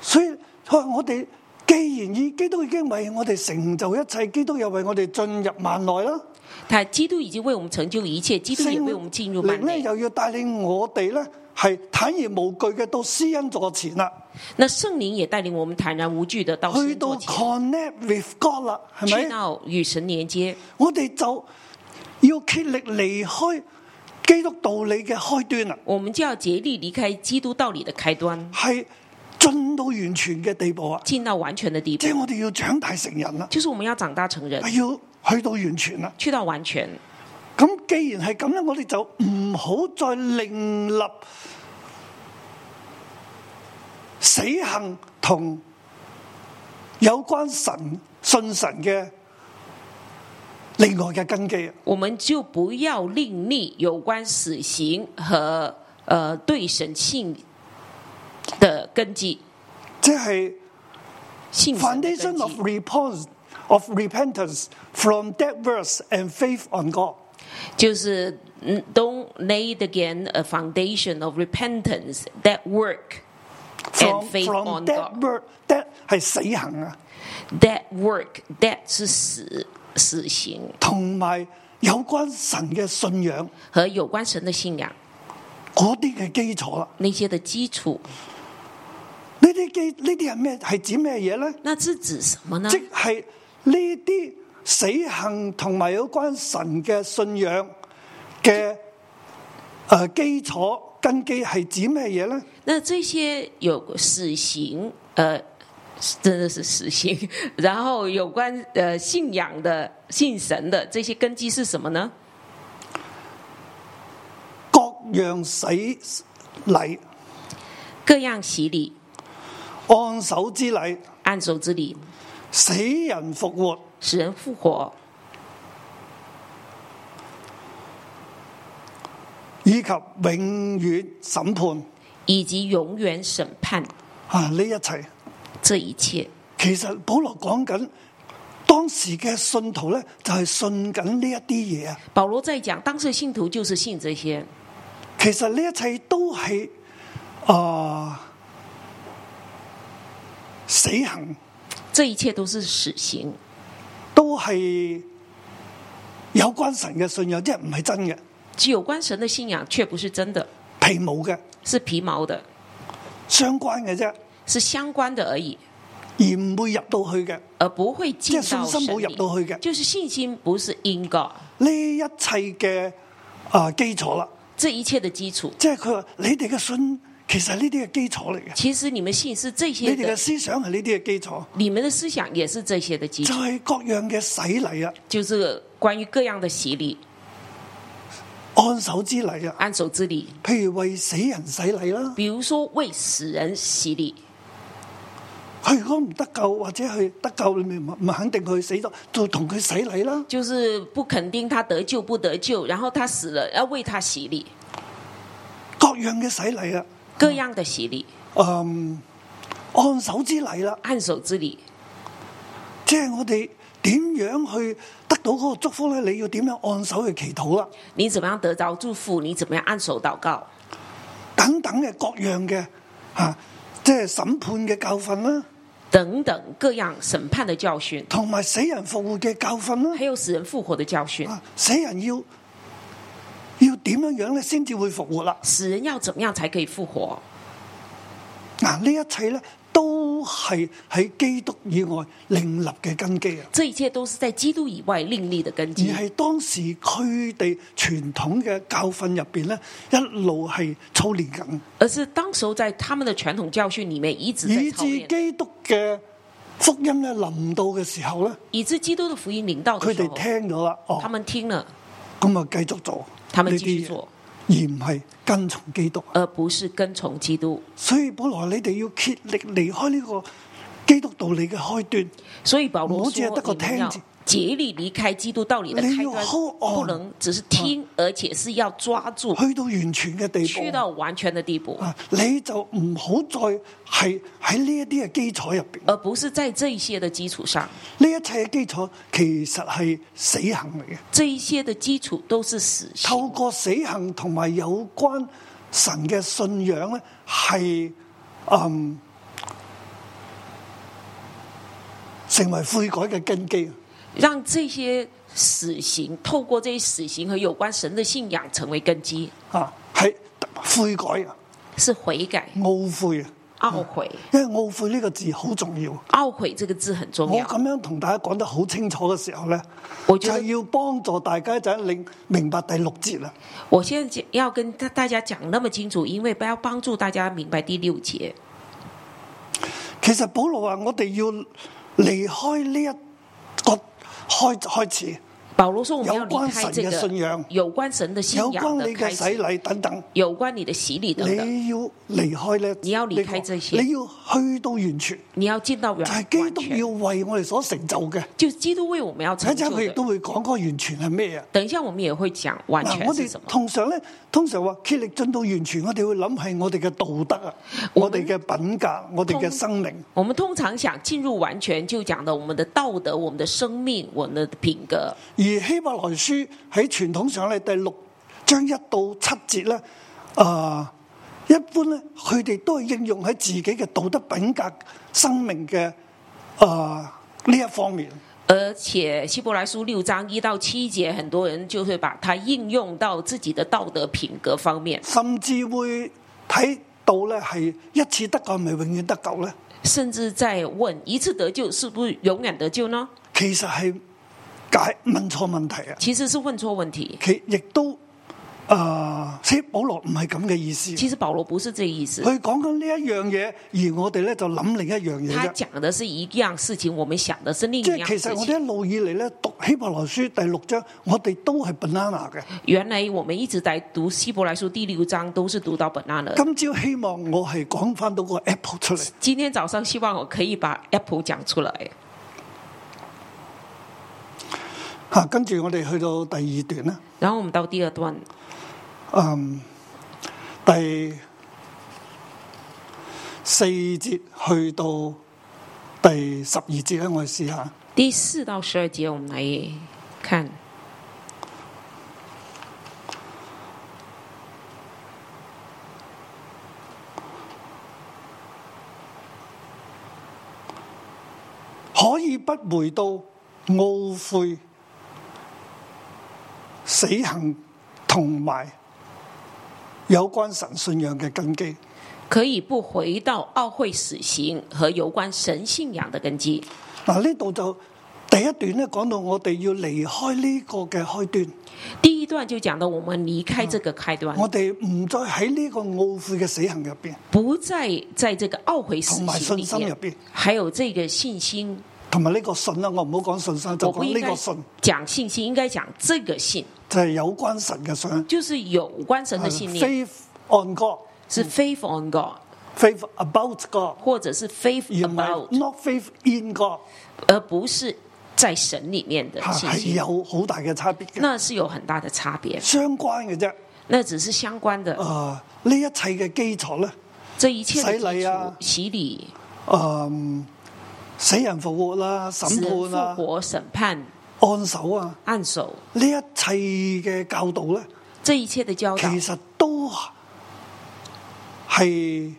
[SPEAKER 2] 所以佢話我哋既然以基督已經為我哋成就一切，基督又為我哋進入萬內啦。
[SPEAKER 4] 他基督已经为我们成就一切，基督也为我们进入
[SPEAKER 2] 聖
[SPEAKER 4] 满
[SPEAKER 2] 靈咧
[SPEAKER 4] 内。
[SPEAKER 2] 又要帶領我哋咧，係坦然無懼嘅到施恩座前啦，
[SPEAKER 4] 那圣灵也带领我们坦然无惧的到
[SPEAKER 2] 去
[SPEAKER 4] 神
[SPEAKER 2] 到
[SPEAKER 4] 座前，啊
[SPEAKER 2] connect with God 啦，係
[SPEAKER 4] 去
[SPEAKER 2] 咪？
[SPEAKER 4] 到与神连接。
[SPEAKER 2] 我哋就要竭力離開基督道理嘅開端啦，
[SPEAKER 4] 我们就要竭力离开基督道理的开端，
[SPEAKER 2] 係進到完全嘅地步啊！
[SPEAKER 4] 进到完全的地步
[SPEAKER 2] 即，係我哋要長大成人啦，
[SPEAKER 4] 就是我们要长大成人，
[SPEAKER 2] 要去到完全啦。
[SPEAKER 4] 去到完全。
[SPEAKER 2] 咁既然係咁咧，我哋就唔好再另立死行同有關神信神嘅另外嘅根基啊！
[SPEAKER 4] 我们就不要另立有关死刑和呃对神性的根基，
[SPEAKER 2] 即係
[SPEAKER 4] 信神的
[SPEAKER 2] foundation
[SPEAKER 4] 根
[SPEAKER 2] of
[SPEAKER 4] 基，
[SPEAKER 2] repentance of repentance from that verse and faith on God。
[SPEAKER 4] 就是嗯 don't lay again a foundation of repentance that work
[SPEAKER 2] From
[SPEAKER 4] And faith
[SPEAKER 2] from
[SPEAKER 4] on
[SPEAKER 2] that
[SPEAKER 4] God
[SPEAKER 2] word that 係死行啊，
[SPEAKER 4] that work that 是死死刑
[SPEAKER 2] 同埋有關神嘅信仰
[SPEAKER 4] 和有关神的信仰
[SPEAKER 2] 嗰啲嘅基礎啦。
[SPEAKER 4] 那些的基础，
[SPEAKER 2] 呢啲基呢啲係咩？係指咩嘢咧？
[SPEAKER 4] 那是指什么呢
[SPEAKER 2] 即？係呢啲死行同埋有關神嘅信仰嘅诶基礎根基係指咩嘢咧？
[SPEAKER 4] 那这些有死刑，呃，真的是死刑。 然后有关呃信仰的、信神的这些根基是什么呢？
[SPEAKER 2] 各樣洗禮、
[SPEAKER 4] 各样洗礼、
[SPEAKER 2] 按手之禮、
[SPEAKER 4] 按手之礼、
[SPEAKER 2] 死人復活、
[SPEAKER 4] 使人复活、
[SPEAKER 2] 而以及永遠審判
[SPEAKER 4] 以及永远审判
[SPEAKER 2] 啊！呢一切
[SPEAKER 4] 这一切。
[SPEAKER 2] 其實保羅講緊當時嘅信徒咧，就係、信緊呢一啲嘢啊。
[SPEAKER 4] 保罗在讲，当时的信徒就是信这些，
[SPEAKER 2] 其實呢一切都係啊、死行，
[SPEAKER 4] 这一切都是死刑，
[SPEAKER 2] 都係有關神嘅信仰，即係唔係真嘅
[SPEAKER 4] 只有关神的信仰却不是真的，
[SPEAKER 2] 皮毛嘅
[SPEAKER 4] 是皮毛的，
[SPEAKER 2] 相關嘅啫，
[SPEAKER 4] 是相关的而已，
[SPEAKER 2] 而唔會入到去嘅，
[SPEAKER 4] 而不会
[SPEAKER 2] 即
[SPEAKER 4] 进
[SPEAKER 2] 係信
[SPEAKER 4] 到
[SPEAKER 2] 心
[SPEAKER 4] 神
[SPEAKER 2] 冇入
[SPEAKER 4] 里。
[SPEAKER 2] 到去嘅。
[SPEAKER 4] 就是信心不是因果，
[SPEAKER 2] 呢一切嘅啊、基礎啦，
[SPEAKER 4] 这一切的基础。
[SPEAKER 2] 即係佢話你哋嘅信，其實呢啲嘅基礎嚟嘅，
[SPEAKER 4] 其实你们信是这
[SPEAKER 2] 你哋
[SPEAKER 4] 些
[SPEAKER 2] 嘅
[SPEAKER 4] 的，
[SPEAKER 2] 思想係呢啲嘅基礎，
[SPEAKER 4] 你们的思想也是这些的基
[SPEAKER 2] 就
[SPEAKER 4] 础，
[SPEAKER 2] 係各樣嘅洗禮啊、
[SPEAKER 4] 就是关于各样的洗礼、
[SPEAKER 2] 按手之禮啊，
[SPEAKER 4] 按手之礼，
[SPEAKER 2] 譬如為死人洗禮啦。
[SPEAKER 4] 比如说为死人洗礼，
[SPEAKER 2] 佢如果唔得救或者佢得救，你咪唔唔肯定佢死咗，就同佢洗禮啦。
[SPEAKER 4] 就是不肯定他得救不得救，然后他死了要为他洗礼，
[SPEAKER 2] 各樣嘅洗禮啊，
[SPEAKER 4] 各样的洗礼、
[SPEAKER 2] 嗯，按手之禮啦，
[SPEAKER 4] 按手之礼，
[SPEAKER 2] 即係我哋點樣去得到嗰個祝福咧？你要點樣按手去祈禱啦？
[SPEAKER 4] 你怎么样得着祝福？你怎么样按手祷告？
[SPEAKER 2] 等等嘅各樣嘅啊，即係審判嘅教訓啦，
[SPEAKER 4] 等等各样审判的教训，
[SPEAKER 2] 同埋死人復活嘅教訓啦。
[SPEAKER 4] 还有死人复活的教训。
[SPEAKER 2] 啊，死人要要點樣樣咧先至會復活啦？
[SPEAKER 4] 死人要怎么样才可以复活？
[SPEAKER 2] 嗱，呢一切咧都係喺基督以外另立嘅根基啊！
[SPEAKER 4] 这一切都是在基督以外另立的根
[SPEAKER 2] 而
[SPEAKER 4] 基，
[SPEAKER 2] 係當時佢哋傳統嘅教訓入邊咧，一路係操練緊，
[SPEAKER 4] 而是当时候在他们的传统教训里面一直在
[SPEAKER 2] 以
[SPEAKER 4] 操
[SPEAKER 2] 至
[SPEAKER 4] 练，
[SPEAKER 2] 基督嘅福音咧臨到嘅時候咧，
[SPEAKER 4] 以致基督的福音领到
[SPEAKER 2] 佢
[SPEAKER 4] 的时
[SPEAKER 2] 哋
[SPEAKER 4] 候，
[SPEAKER 2] 聽咗啦，
[SPEAKER 4] 他
[SPEAKER 2] 哦，
[SPEAKER 4] 们听了，
[SPEAKER 2] 咁啊繼續做
[SPEAKER 4] 他
[SPEAKER 2] 呢
[SPEAKER 4] 们继
[SPEAKER 2] 啲
[SPEAKER 4] 续
[SPEAKER 2] 嘢，
[SPEAKER 4] 做，
[SPEAKER 2] 而唔係跟從基督。
[SPEAKER 4] 而不是跟从基督。
[SPEAKER 2] 所以本來你哋要竭力離開呢個基督道理嘅開端，
[SPEAKER 4] 所以保罗
[SPEAKER 2] 我只
[SPEAKER 4] 说
[SPEAKER 2] 係得個：“
[SPEAKER 4] 你们要
[SPEAKER 2] 聽字
[SPEAKER 4] 竭力离开基督道理的
[SPEAKER 2] 你
[SPEAKER 4] 开
[SPEAKER 2] 要
[SPEAKER 4] 端，
[SPEAKER 2] hold on
[SPEAKER 4] 不能只是听，而且是要抓住，
[SPEAKER 2] 去到完全嘅地
[SPEAKER 4] 去
[SPEAKER 2] 步。
[SPEAKER 4] 到完全的地步，
[SPEAKER 2] 啊！你就唔好再係喺呢一啲嘅基礎入邊，
[SPEAKER 4] 而不是在这一些的基础上，
[SPEAKER 2] 呢一切嘅基礎其實係死行嚟嘅。
[SPEAKER 4] 这一些的基础都是死
[SPEAKER 2] 透
[SPEAKER 4] 刑。
[SPEAKER 2] 過死行同埋有關神嘅信仰咧，係嗯成為悔改嘅根基。
[SPEAKER 4] 让这些死刑透过这些死刑和有关神的信仰成为根基，
[SPEAKER 2] 啊，係悔改啊，
[SPEAKER 4] 是悔改、
[SPEAKER 2] 懊悔啊，
[SPEAKER 4] 懊悔。
[SPEAKER 2] 因為懊悔呢個字好重要。
[SPEAKER 4] 懊悔这个字很重
[SPEAKER 2] 我
[SPEAKER 4] 要，
[SPEAKER 2] 咁樣同大家講得好清楚嘅時候咧，
[SPEAKER 4] 我
[SPEAKER 2] 就
[SPEAKER 4] 觉
[SPEAKER 2] 係
[SPEAKER 4] 得
[SPEAKER 2] 要幫助大家就係令明白第六節啦。
[SPEAKER 4] 我现在要跟大大家讲那么清楚，因为不要帮助大家明白第六节。
[SPEAKER 2] 其實保羅話：我哋要離開呢一個開開始，
[SPEAKER 4] 保罗说，我们
[SPEAKER 2] 有
[SPEAKER 4] 要离
[SPEAKER 2] 關
[SPEAKER 4] 開
[SPEAKER 2] 神
[SPEAKER 4] 这
[SPEAKER 2] 嘅
[SPEAKER 4] 个
[SPEAKER 2] 信仰，
[SPEAKER 4] 有关神的信
[SPEAKER 2] 有
[SPEAKER 4] 仰
[SPEAKER 2] 關
[SPEAKER 4] 的
[SPEAKER 2] 你嘅
[SPEAKER 4] 开
[SPEAKER 2] 洗
[SPEAKER 4] 始，
[SPEAKER 2] 禮等等。
[SPEAKER 4] 有关你的洗礼等等，
[SPEAKER 2] 你要離開咧，
[SPEAKER 4] 你要
[SPEAKER 2] 呢
[SPEAKER 4] 離開
[SPEAKER 2] 個
[SPEAKER 4] 這些
[SPEAKER 2] 你要去到完全，
[SPEAKER 4] 你要进到
[SPEAKER 2] 就
[SPEAKER 4] 完
[SPEAKER 2] 係基
[SPEAKER 4] 完
[SPEAKER 2] 督
[SPEAKER 4] 全
[SPEAKER 2] 要，為我哋所成就嘅。
[SPEAKER 4] 就是基督为我们要
[SPEAKER 2] 睇
[SPEAKER 4] 成
[SPEAKER 2] 陣
[SPEAKER 4] 就
[SPEAKER 2] 佢亦都
[SPEAKER 4] 的。
[SPEAKER 2] 會講嗰個完全係咩啊？
[SPEAKER 4] 等一下我们也会讲完
[SPEAKER 2] 嗱，
[SPEAKER 4] 全
[SPEAKER 2] 我
[SPEAKER 4] 是
[SPEAKER 2] 哋
[SPEAKER 4] 什么。
[SPEAKER 2] 通常咧，通常話竭力進到完全，我哋會諗係我哋嘅道德啊，
[SPEAKER 4] 我
[SPEAKER 2] 我
[SPEAKER 4] 們
[SPEAKER 2] 哋嘅品格，我哋嘅生命。
[SPEAKER 4] 我们通常想进入完全，就讲到我们的道德、我们的生命、我们的品格。
[SPEAKER 2] 而希伯來書喺傳統上咧，第六章一到七節咧，啊、一般咧佢哋都係應用喺自己嘅道德品格、生命嘅啊呢一方面。
[SPEAKER 4] 而且希伯来书六章一到七节，很多人就会把它应用到自己的道德品格方面，
[SPEAKER 2] 甚至會睇到咧係一次得救，咪永遠得救咧？
[SPEAKER 4] 甚至在问一次得救是不是永远得救呢？
[SPEAKER 2] 其實係解問錯問題啊！
[SPEAKER 4] 其实是问错问题。
[SPEAKER 2] 其亦都啊，希、保羅唔係咁嘅意思，
[SPEAKER 4] 其实保罗不是这意思，
[SPEAKER 2] 佢講緊呢一樣嘢，而我哋咧就諗另一樣嘢
[SPEAKER 4] 他
[SPEAKER 2] 啫。
[SPEAKER 4] 讲的是一样事情，我们想的是另一
[SPEAKER 2] 即係
[SPEAKER 4] 样
[SPEAKER 2] 啊其
[SPEAKER 4] 事
[SPEAKER 2] 實我哋
[SPEAKER 4] 情。
[SPEAKER 2] 一路以嚟咧讀希伯來書第六章，我哋都係 banana 嘅。
[SPEAKER 4] 原来我们一直在读希伯来书第六章，都是读到本案的。
[SPEAKER 2] 今朝希望我係講翻到個 apple 出嚟。
[SPEAKER 4] 今天早上希望我可以把 Apple 讲出来。
[SPEAKER 2] 吓，跟住我哋去到第二段啦。
[SPEAKER 4] 然后我们到第二段，
[SPEAKER 2] 嗯，第四節去到第十二節咧，我哋試下。
[SPEAKER 4] 第四到十二节，我们来看
[SPEAKER 2] 可以不回到懊悔、死行同埋有關神信仰嘅根基。
[SPEAKER 4] 可以不回到奥会死刑和有关神信仰的根基。
[SPEAKER 2] 嗱，呢度就第一段咧講到我哋要離開呢個嘅開端，
[SPEAKER 4] 第一段就讲到我们离开这个开端，
[SPEAKER 2] 嗯我哋唔再喺呢個懊悔嘅死行入邊，
[SPEAKER 4] 不再在这个懊悔死
[SPEAKER 2] 同埋
[SPEAKER 4] 刑
[SPEAKER 2] 信
[SPEAKER 4] 里
[SPEAKER 2] 心入
[SPEAKER 4] 面，
[SPEAKER 2] 邊，
[SPEAKER 4] 还有这个信心。
[SPEAKER 2] 同埋呢個信啦。我唔好講信心，就
[SPEAKER 4] 我不
[SPEAKER 2] 講
[SPEAKER 4] 应
[SPEAKER 2] 呢
[SPEAKER 4] 该
[SPEAKER 2] 個信，
[SPEAKER 4] 讲信心，应该讲这个信，
[SPEAKER 2] 就係有關神嘅信。
[SPEAKER 4] 就是有关神的信念，
[SPEAKER 2] faith on God,
[SPEAKER 4] 是 faith on God，
[SPEAKER 2] faith about God，
[SPEAKER 4] 或者是 faith
[SPEAKER 2] 而唔係嗯
[SPEAKER 4] about，
[SPEAKER 2] not faith in God，
[SPEAKER 4] 而不是在神里面的信
[SPEAKER 2] 係啊係
[SPEAKER 4] 心，
[SPEAKER 2] 有好大嘅差別嘅。
[SPEAKER 4] 那是有很大的差别，
[SPEAKER 2] 相關嘅啫。誒、
[SPEAKER 4] 那只是相关
[SPEAKER 2] 嗯
[SPEAKER 4] 的。
[SPEAKER 2] 呢一切嘅基礎咧，
[SPEAKER 4] 这一切的
[SPEAKER 2] 洗礼
[SPEAKER 4] 基
[SPEAKER 2] 啊
[SPEAKER 4] 础，洗礼、
[SPEAKER 2] 嗯死人復活啦、
[SPEAKER 4] 死人
[SPEAKER 2] 審判啊啦、
[SPEAKER 4] 复活、审判、
[SPEAKER 2] 按手啊，
[SPEAKER 4] 按手，
[SPEAKER 2] 呢一切嘅教導咧，
[SPEAKER 4] 这一切的教
[SPEAKER 2] 其
[SPEAKER 4] 导
[SPEAKER 2] 實都係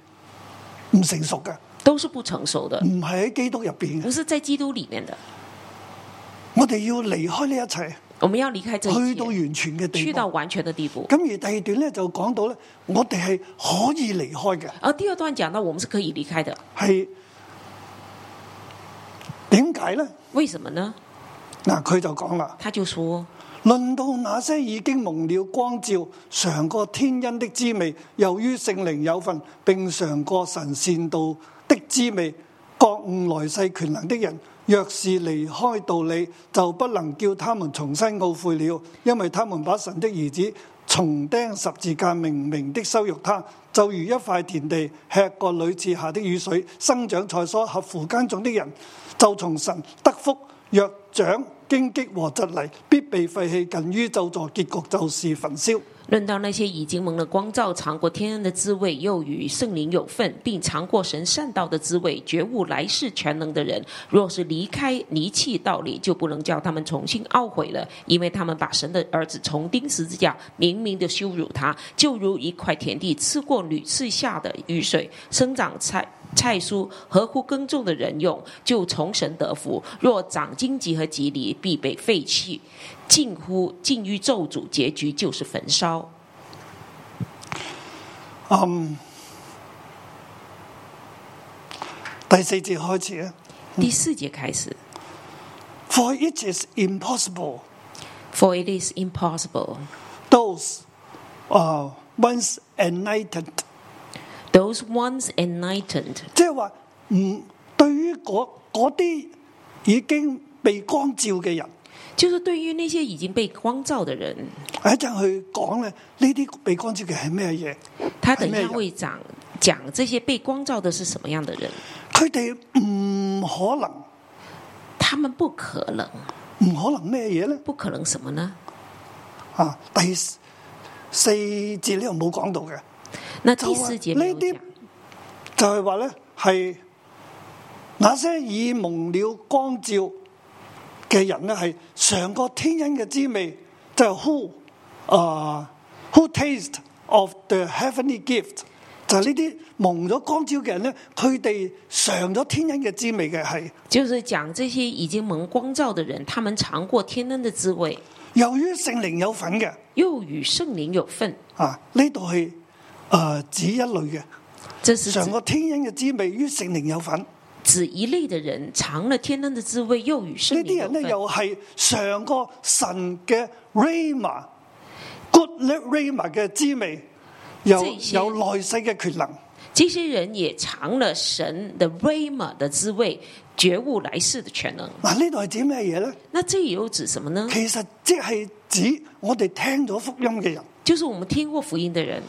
[SPEAKER 2] 唔成熟嘅，
[SPEAKER 4] 都是不成熟的，
[SPEAKER 2] 唔係喺基督入邊嘅。
[SPEAKER 4] 不是在基督里面的。
[SPEAKER 2] 我哋要離開呢一切，
[SPEAKER 4] 我们要离开这一
[SPEAKER 2] 去到
[SPEAKER 4] 切，
[SPEAKER 2] 完全嘅地
[SPEAKER 4] 去到
[SPEAKER 2] 步。
[SPEAKER 4] 完全的地步。
[SPEAKER 2] 咁而第二段咧就講到咧，我哋係可以離開嘅，
[SPEAKER 4] 而第二段讲到我们是可以离开的，
[SPEAKER 2] 係點解咧？
[SPEAKER 4] 为什么呢？
[SPEAKER 2] 嗱，佢就講啦。
[SPEAKER 4] 他就说，
[SPEAKER 2] 論到那些已經蒙了光照、嘗過天恩的滋味，由於聖靈有份，並嘗過神善道的滋味，覺悟來世權能的人，若是離開道理，就不能叫他們重新懊悔了，因為他們把神的兒子重釘十字架，明明的羞辱他，就如一塊田地吃過屢次下的雨水，生長菜蔬合乎耕種的人，就從神得福。若長荊棘和蒺藜，必被廢棄，近於咒詛，結局就是焚燒。
[SPEAKER 4] 论到那些已经蒙了光照、尝过天恩的滋味，又与圣灵有份，并尝过神善道的滋味，觉悟来世全能的人，若是离开离弃道理，就不能叫他们重新懊悔了，因为他们把神的儿子重钉十字架，明明的羞辱他，就如一块田地吃过屡次下的雨水，生长菜。菜蔬合乎耕种的人用，就从神得福；若长荆棘和棘藜，必被废弃。近乎近于咒诅，结局就是焚烧。
[SPEAKER 2] 嗯，第四節開始啊
[SPEAKER 4] 第四节开始
[SPEAKER 2] ，For it is impossible
[SPEAKER 4] ，For it is impossible
[SPEAKER 2] those uh, once enlightened，
[SPEAKER 4] those once enlightened，
[SPEAKER 2] 即係話唔對於嗰嗰啲已經被光照嘅人，
[SPEAKER 4] 就是对于那些已经被光照的人，
[SPEAKER 2] 一陣去講咧，呢啲被光照嘅係咩嘢？
[SPEAKER 4] 他等一
[SPEAKER 2] 还没
[SPEAKER 4] 下
[SPEAKER 2] 有
[SPEAKER 4] 会讲讲这些被光照的是什么样的人，
[SPEAKER 2] 佢哋唔可能，
[SPEAKER 4] 他们不可能，
[SPEAKER 2] 唔可能咩嘢咧？
[SPEAKER 4] 不可能什么呢？
[SPEAKER 2] 啊，第四四節呢度冇講到嘅，
[SPEAKER 4] 那第四节没有
[SPEAKER 2] 就啊那啲，
[SPEAKER 4] 讲
[SPEAKER 2] 就係話咧係那些已蒙了光照嘅人咧，係嘗過天恩嘅滋味，就係 who 啊、who taste of the heavenly gift，就係呢啲蒙咗光照嘅人咧，佢哋嘗咗天恩嘅滋味嘅係，
[SPEAKER 4] 就是讲这些已经蒙光照的人，他们尝过天恩的滋味，
[SPEAKER 2] 由於聖靈有份嘅
[SPEAKER 4] 又与圣灵有份，
[SPEAKER 2] 啊，呢度係誒指一類嘅
[SPEAKER 4] 这是指
[SPEAKER 2] 嘗過天恩嘅滋味，於聖靈有份。
[SPEAKER 4] 指一类的人尝了天恩的滋味，又与
[SPEAKER 2] 呢
[SPEAKER 4] 圣灵
[SPEAKER 2] 啲
[SPEAKER 4] 有
[SPEAKER 2] 人咧
[SPEAKER 4] 份。
[SPEAKER 2] 又係上個神嘅 rama good rama 嘅滋味，有
[SPEAKER 4] 即係
[SPEAKER 2] 有內世嘅權能，
[SPEAKER 4] 这些人也尝了神的 rama 的滋味，觉悟来世的全能。
[SPEAKER 2] 嗱呢度係指咩嘢咧？
[SPEAKER 4] 那这又指什么呢？
[SPEAKER 2] 其實即係指我哋聽咗福音嘅人，
[SPEAKER 4] 就是我们听过福音的人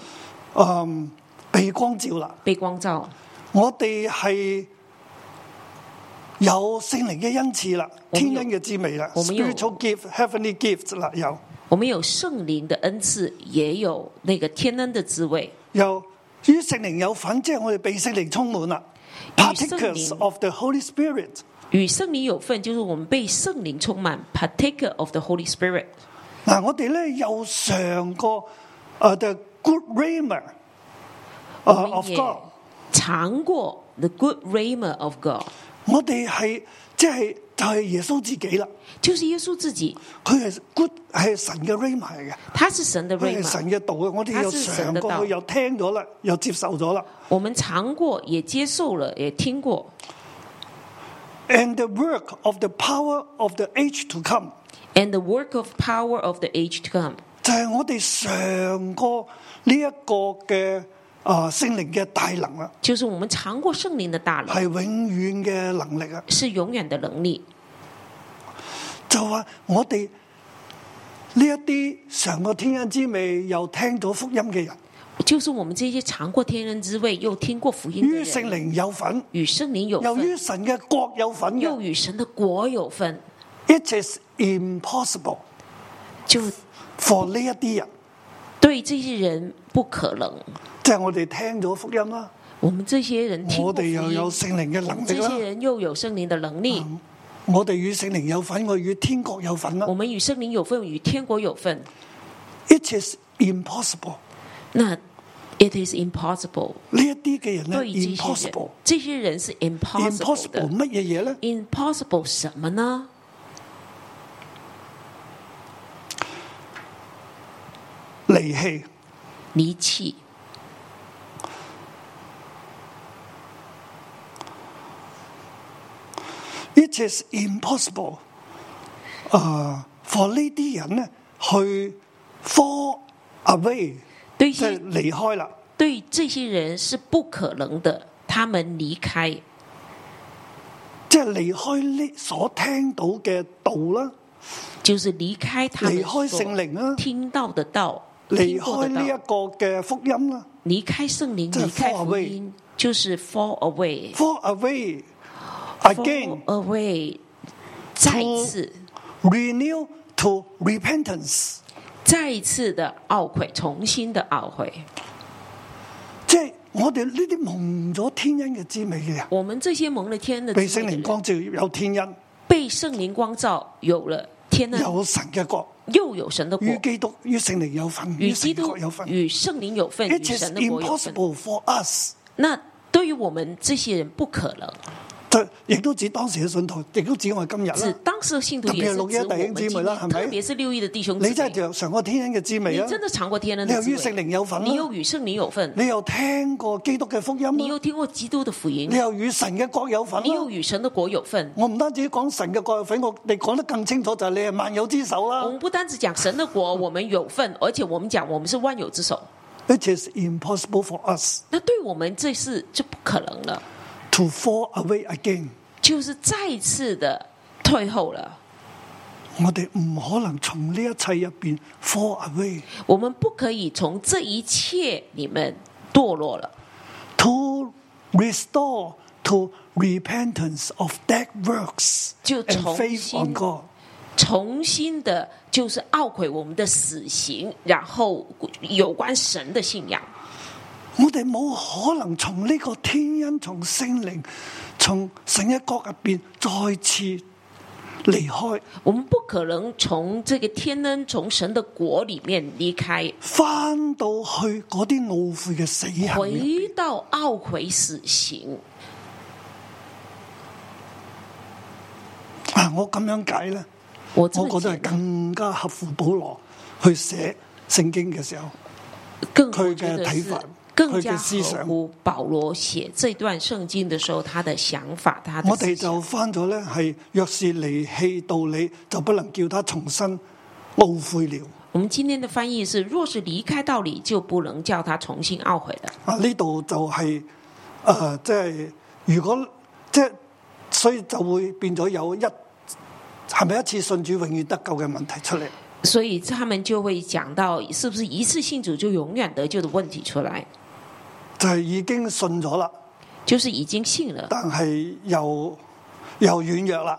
[SPEAKER 2] 嗯，被光照啦，
[SPEAKER 4] 被光照，
[SPEAKER 2] 我哋係有聖靈嘅恩賜啦，
[SPEAKER 4] 我們
[SPEAKER 2] 天
[SPEAKER 4] 有
[SPEAKER 2] 恩嘅滋味啦
[SPEAKER 4] 我們有
[SPEAKER 2] ，spiritual gift、heavenly gift 啦，有
[SPEAKER 4] 我我们有圣灵的恩赐，也有那个天恩的滋味。
[SPEAKER 2] 又與聖靈有份，即係我哋被聖靈充滿啦。Partakers
[SPEAKER 4] 聖靈
[SPEAKER 2] of the Holy Spirit，
[SPEAKER 4] 与圣灵有份，就是我们被圣灵充满，partaker of the Holy Spirit。
[SPEAKER 2] 嗱，我哋咧又嘗過誒呃 the good rama
[SPEAKER 4] 我
[SPEAKER 2] 哦 of
[SPEAKER 4] 们
[SPEAKER 2] God，
[SPEAKER 4] 也尝过 the good rama of God，
[SPEAKER 2] 我哋係即係就係耶穌自己啦。
[SPEAKER 4] 就是耶稣自己，
[SPEAKER 2] 佢係 good 係神嘅 rama 嚟嘅，
[SPEAKER 4] 他是神的
[SPEAKER 2] 佢係
[SPEAKER 4] rama。
[SPEAKER 2] 神嘅道嘅。我哋又
[SPEAKER 4] 他是神
[SPEAKER 2] 嘗
[SPEAKER 4] 嘅
[SPEAKER 2] 過，
[SPEAKER 4] 道
[SPEAKER 2] 佢又聽咗啦，又接受咗啦。
[SPEAKER 4] 我们尝过，也接受了，也听过。
[SPEAKER 2] And the work of the power of the age to come。
[SPEAKER 4] And the work of power of the age to come，
[SPEAKER 2] 就係我哋嘗過呢一個嘅啊聖靈嘅大能啦，
[SPEAKER 4] 就是我们尝过圣灵的大
[SPEAKER 2] 係
[SPEAKER 4] 能，
[SPEAKER 2] 永遠嘅能力啊！
[SPEAKER 4] 是永远的能力。
[SPEAKER 2] 就話我哋呢一啲嘗過天恩之味，又聽到福音嘅人，
[SPEAKER 4] 就是我们这些尝过天人之味，又听过福音的
[SPEAKER 2] 於聖
[SPEAKER 4] 人，
[SPEAKER 2] 靈有份，
[SPEAKER 4] 与圣灵有
[SPEAKER 2] 又於
[SPEAKER 4] 份，
[SPEAKER 2] 神嘅國有份
[SPEAKER 4] 又
[SPEAKER 2] 嘅。
[SPEAKER 4] 与神的国有份，
[SPEAKER 2] It is impossible
[SPEAKER 4] 就
[SPEAKER 2] for 呢一啲人，
[SPEAKER 4] 对这些人不可能。
[SPEAKER 2] 即係我哋聽到福音啦，
[SPEAKER 4] 我们这些人听
[SPEAKER 2] 我
[SPEAKER 4] 过福
[SPEAKER 2] 哋
[SPEAKER 4] 音，
[SPEAKER 2] 又有聖靈嘅
[SPEAKER 4] 我们
[SPEAKER 2] 能力
[SPEAKER 4] 这些
[SPEAKER 2] 啦，
[SPEAKER 4] 人又有圣灵的能力，
[SPEAKER 2] 我哋與聖靈有份，我與天國有份啦
[SPEAKER 4] 我。们与圣灵有份，与天国有份。
[SPEAKER 2] It is impossible
[SPEAKER 4] 那 it is impossible
[SPEAKER 2] 呢一啲嘅人
[SPEAKER 4] 对于
[SPEAKER 2] 咧
[SPEAKER 4] 这些人
[SPEAKER 2] ，impossible。，
[SPEAKER 4] 这些人是 impossible
[SPEAKER 2] impossible
[SPEAKER 4] 的。
[SPEAKER 2] 乜嘢嘢咧？
[SPEAKER 4] impossible 什么呢？
[SPEAKER 2] 離棄、
[SPEAKER 4] 离弃、
[SPEAKER 2] It is impossible 啊、for 呢啲人咧去 fall away，
[SPEAKER 4] 对
[SPEAKER 2] 即係
[SPEAKER 4] 些
[SPEAKER 2] 離開啦。
[SPEAKER 4] 对这些人是不可能的，他们离开，
[SPEAKER 2] 即係離開呢所聽到嘅道啦，
[SPEAKER 4] 就是离开他
[SPEAKER 2] 離
[SPEAKER 4] 们
[SPEAKER 2] 開
[SPEAKER 4] 所
[SPEAKER 2] 聖靈啦，
[SPEAKER 4] 听到的道，
[SPEAKER 2] 離
[SPEAKER 4] 听过
[SPEAKER 2] 開
[SPEAKER 4] 的
[SPEAKER 2] 呢一
[SPEAKER 4] 道，
[SPEAKER 2] 個嘅福音啦
[SPEAKER 4] 离开圣灵，
[SPEAKER 2] 即係
[SPEAKER 4] 离开
[SPEAKER 2] fall
[SPEAKER 4] 福音，就是 fall away，fall
[SPEAKER 2] ，fall away again
[SPEAKER 4] away，再一次，
[SPEAKER 2] renew to repentance，
[SPEAKER 4] 再一次的懊悔，重新的懊悔。
[SPEAKER 2] 即係我哋呢啲蒙咗天恩嘅滋味嘅人，
[SPEAKER 4] 我们这些蒙了天恩的
[SPEAKER 2] 被
[SPEAKER 4] 滋
[SPEAKER 2] 聖
[SPEAKER 4] 味的
[SPEAKER 2] 靈
[SPEAKER 4] 人
[SPEAKER 2] 光照有天恩，
[SPEAKER 4] 被圣灵光照，有了天恩，
[SPEAKER 2] 有神嘅國。
[SPEAKER 4] 又有神的国
[SPEAKER 2] 與，基督、與聖靈有份，
[SPEAKER 4] 与
[SPEAKER 2] 與
[SPEAKER 4] 基
[SPEAKER 2] 神
[SPEAKER 4] 督
[SPEAKER 2] 國有份。
[SPEAKER 4] 与圣灵有份，与
[SPEAKER 2] It is
[SPEAKER 4] 神的国有份。
[SPEAKER 2] impossible for us，
[SPEAKER 4] 那对于我们这些人不可能，
[SPEAKER 2] 就亦都指當時嘅信徒，亦都指我哋今日
[SPEAKER 4] 指
[SPEAKER 2] 啦。
[SPEAKER 4] 当时的信徒
[SPEAKER 2] 特别
[SPEAKER 4] 也是
[SPEAKER 2] 是
[SPEAKER 4] 指我
[SPEAKER 2] 六一弟兄
[SPEAKER 4] 们
[SPEAKER 2] 姊
[SPEAKER 4] 今
[SPEAKER 2] 妹啦
[SPEAKER 4] 天，
[SPEAKER 2] 系咪
[SPEAKER 4] 特别是六一的弟兄姊
[SPEAKER 2] 你真係
[SPEAKER 4] 妹，
[SPEAKER 2] 就嘗過天恩嘅滋味啊
[SPEAKER 4] 你！真的尝过天恩
[SPEAKER 2] 你
[SPEAKER 4] 的
[SPEAKER 2] 又
[SPEAKER 4] 滋
[SPEAKER 2] 於聖
[SPEAKER 4] 味，
[SPEAKER 2] 靈有份啊
[SPEAKER 4] 你又
[SPEAKER 2] 啦，
[SPEAKER 4] 与圣灵有份，
[SPEAKER 2] 你又聽過基督嘅福音
[SPEAKER 4] 你
[SPEAKER 2] 啦，
[SPEAKER 4] 又听过基督的福音
[SPEAKER 2] 你，又與神嘅國有份啊
[SPEAKER 4] 你又
[SPEAKER 2] 啦。
[SPEAKER 4] 与神的国有份。
[SPEAKER 2] 我唔單止講神嘅國有份，我哋講得更清楚就係你係萬有之首
[SPEAKER 4] 我
[SPEAKER 2] 啦。
[SPEAKER 4] 们不单只讲神的国，我们有份，而且我们讲我们是万有之首。
[SPEAKER 2] It is impossible for us
[SPEAKER 4] 那对我们这是就不可能了，
[SPEAKER 2] to fall away again。
[SPEAKER 4] 就是再一次的退后了。
[SPEAKER 2] 我哋唔可能從呢一切入邊 fall away
[SPEAKER 4] 我们不可以从这一切里面堕落了。
[SPEAKER 2] to restore to repentance of dead works
[SPEAKER 4] 就
[SPEAKER 2] and
[SPEAKER 4] 重
[SPEAKER 2] faith on
[SPEAKER 4] 新
[SPEAKER 2] God。
[SPEAKER 4] 重新的，就是懊悔我们的死刑，然后有关神的信仰。
[SPEAKER 2] 我哋冇可能從呢個天恩、從聖靈、從神一國入邊再次離開
[SPEAKER 4] 我们不可能从这个天恩、从神的国里面离开，
[SPEAKER 2] 翻到去嗰啲懊悔嘅死行。
[SPEAKER 4] 回到懊悔死刑。
[SPEAKER 2] 啊，我咁樣解咧，
[SPEAKER 4] 我这
[SPEAKER 2] 我
[SPEAKER 4] 么
[SPEAKER 2] 覺得
[SPEAKER 4] 讲
[SPEAKER 2] 係更加合乎保羅去寫聖經嘅時候，
[SPEAKER 4] 更
[SPEAKER 2] 佢嘅
[SPEAKER 4] 我觉得
[SPEAKER 2] 睇
[SPEAKER 4] 是
[SPEAKER 2] 法
[SPEAKER 4] 更
[SPEAKER 2] 佢
[SPEAKER 4] 加
[SPEAKER 2] 嘅思
[SPEAKER 4] 合
[SPEAKER 2] 想
[SPEAKER 4] 乎保罗写这段圣经的时候他的想法，他的
[SPEAKER 2] 我
[SPEAKER 4] 思
[SPEAKER 2] 哋
[SPEAKER 4] 想
[SPEAKER 2] 就翻咗咧係若是離棄道理，就不能叫他重新懊悔了。
[SPEAKER 4] 我们今天的翻译是：若是离开道理，就不能叫他重新懊悔了。
[SPEAKER 2] 啊，呢度就係呃即係如果即係，所以就會變咗有一係咪一次信主永遠得救嘅問題出嚟？
[SPEAKER 4] 所以他们就会讲到，是不是一次信主就永远得救的问题出来，
[SPEAKER 2] 就係、已經信咗啦，
[SPEAKER 4] 就是已经信了，
[SPEAKER 2] 但係又又軟弱啦，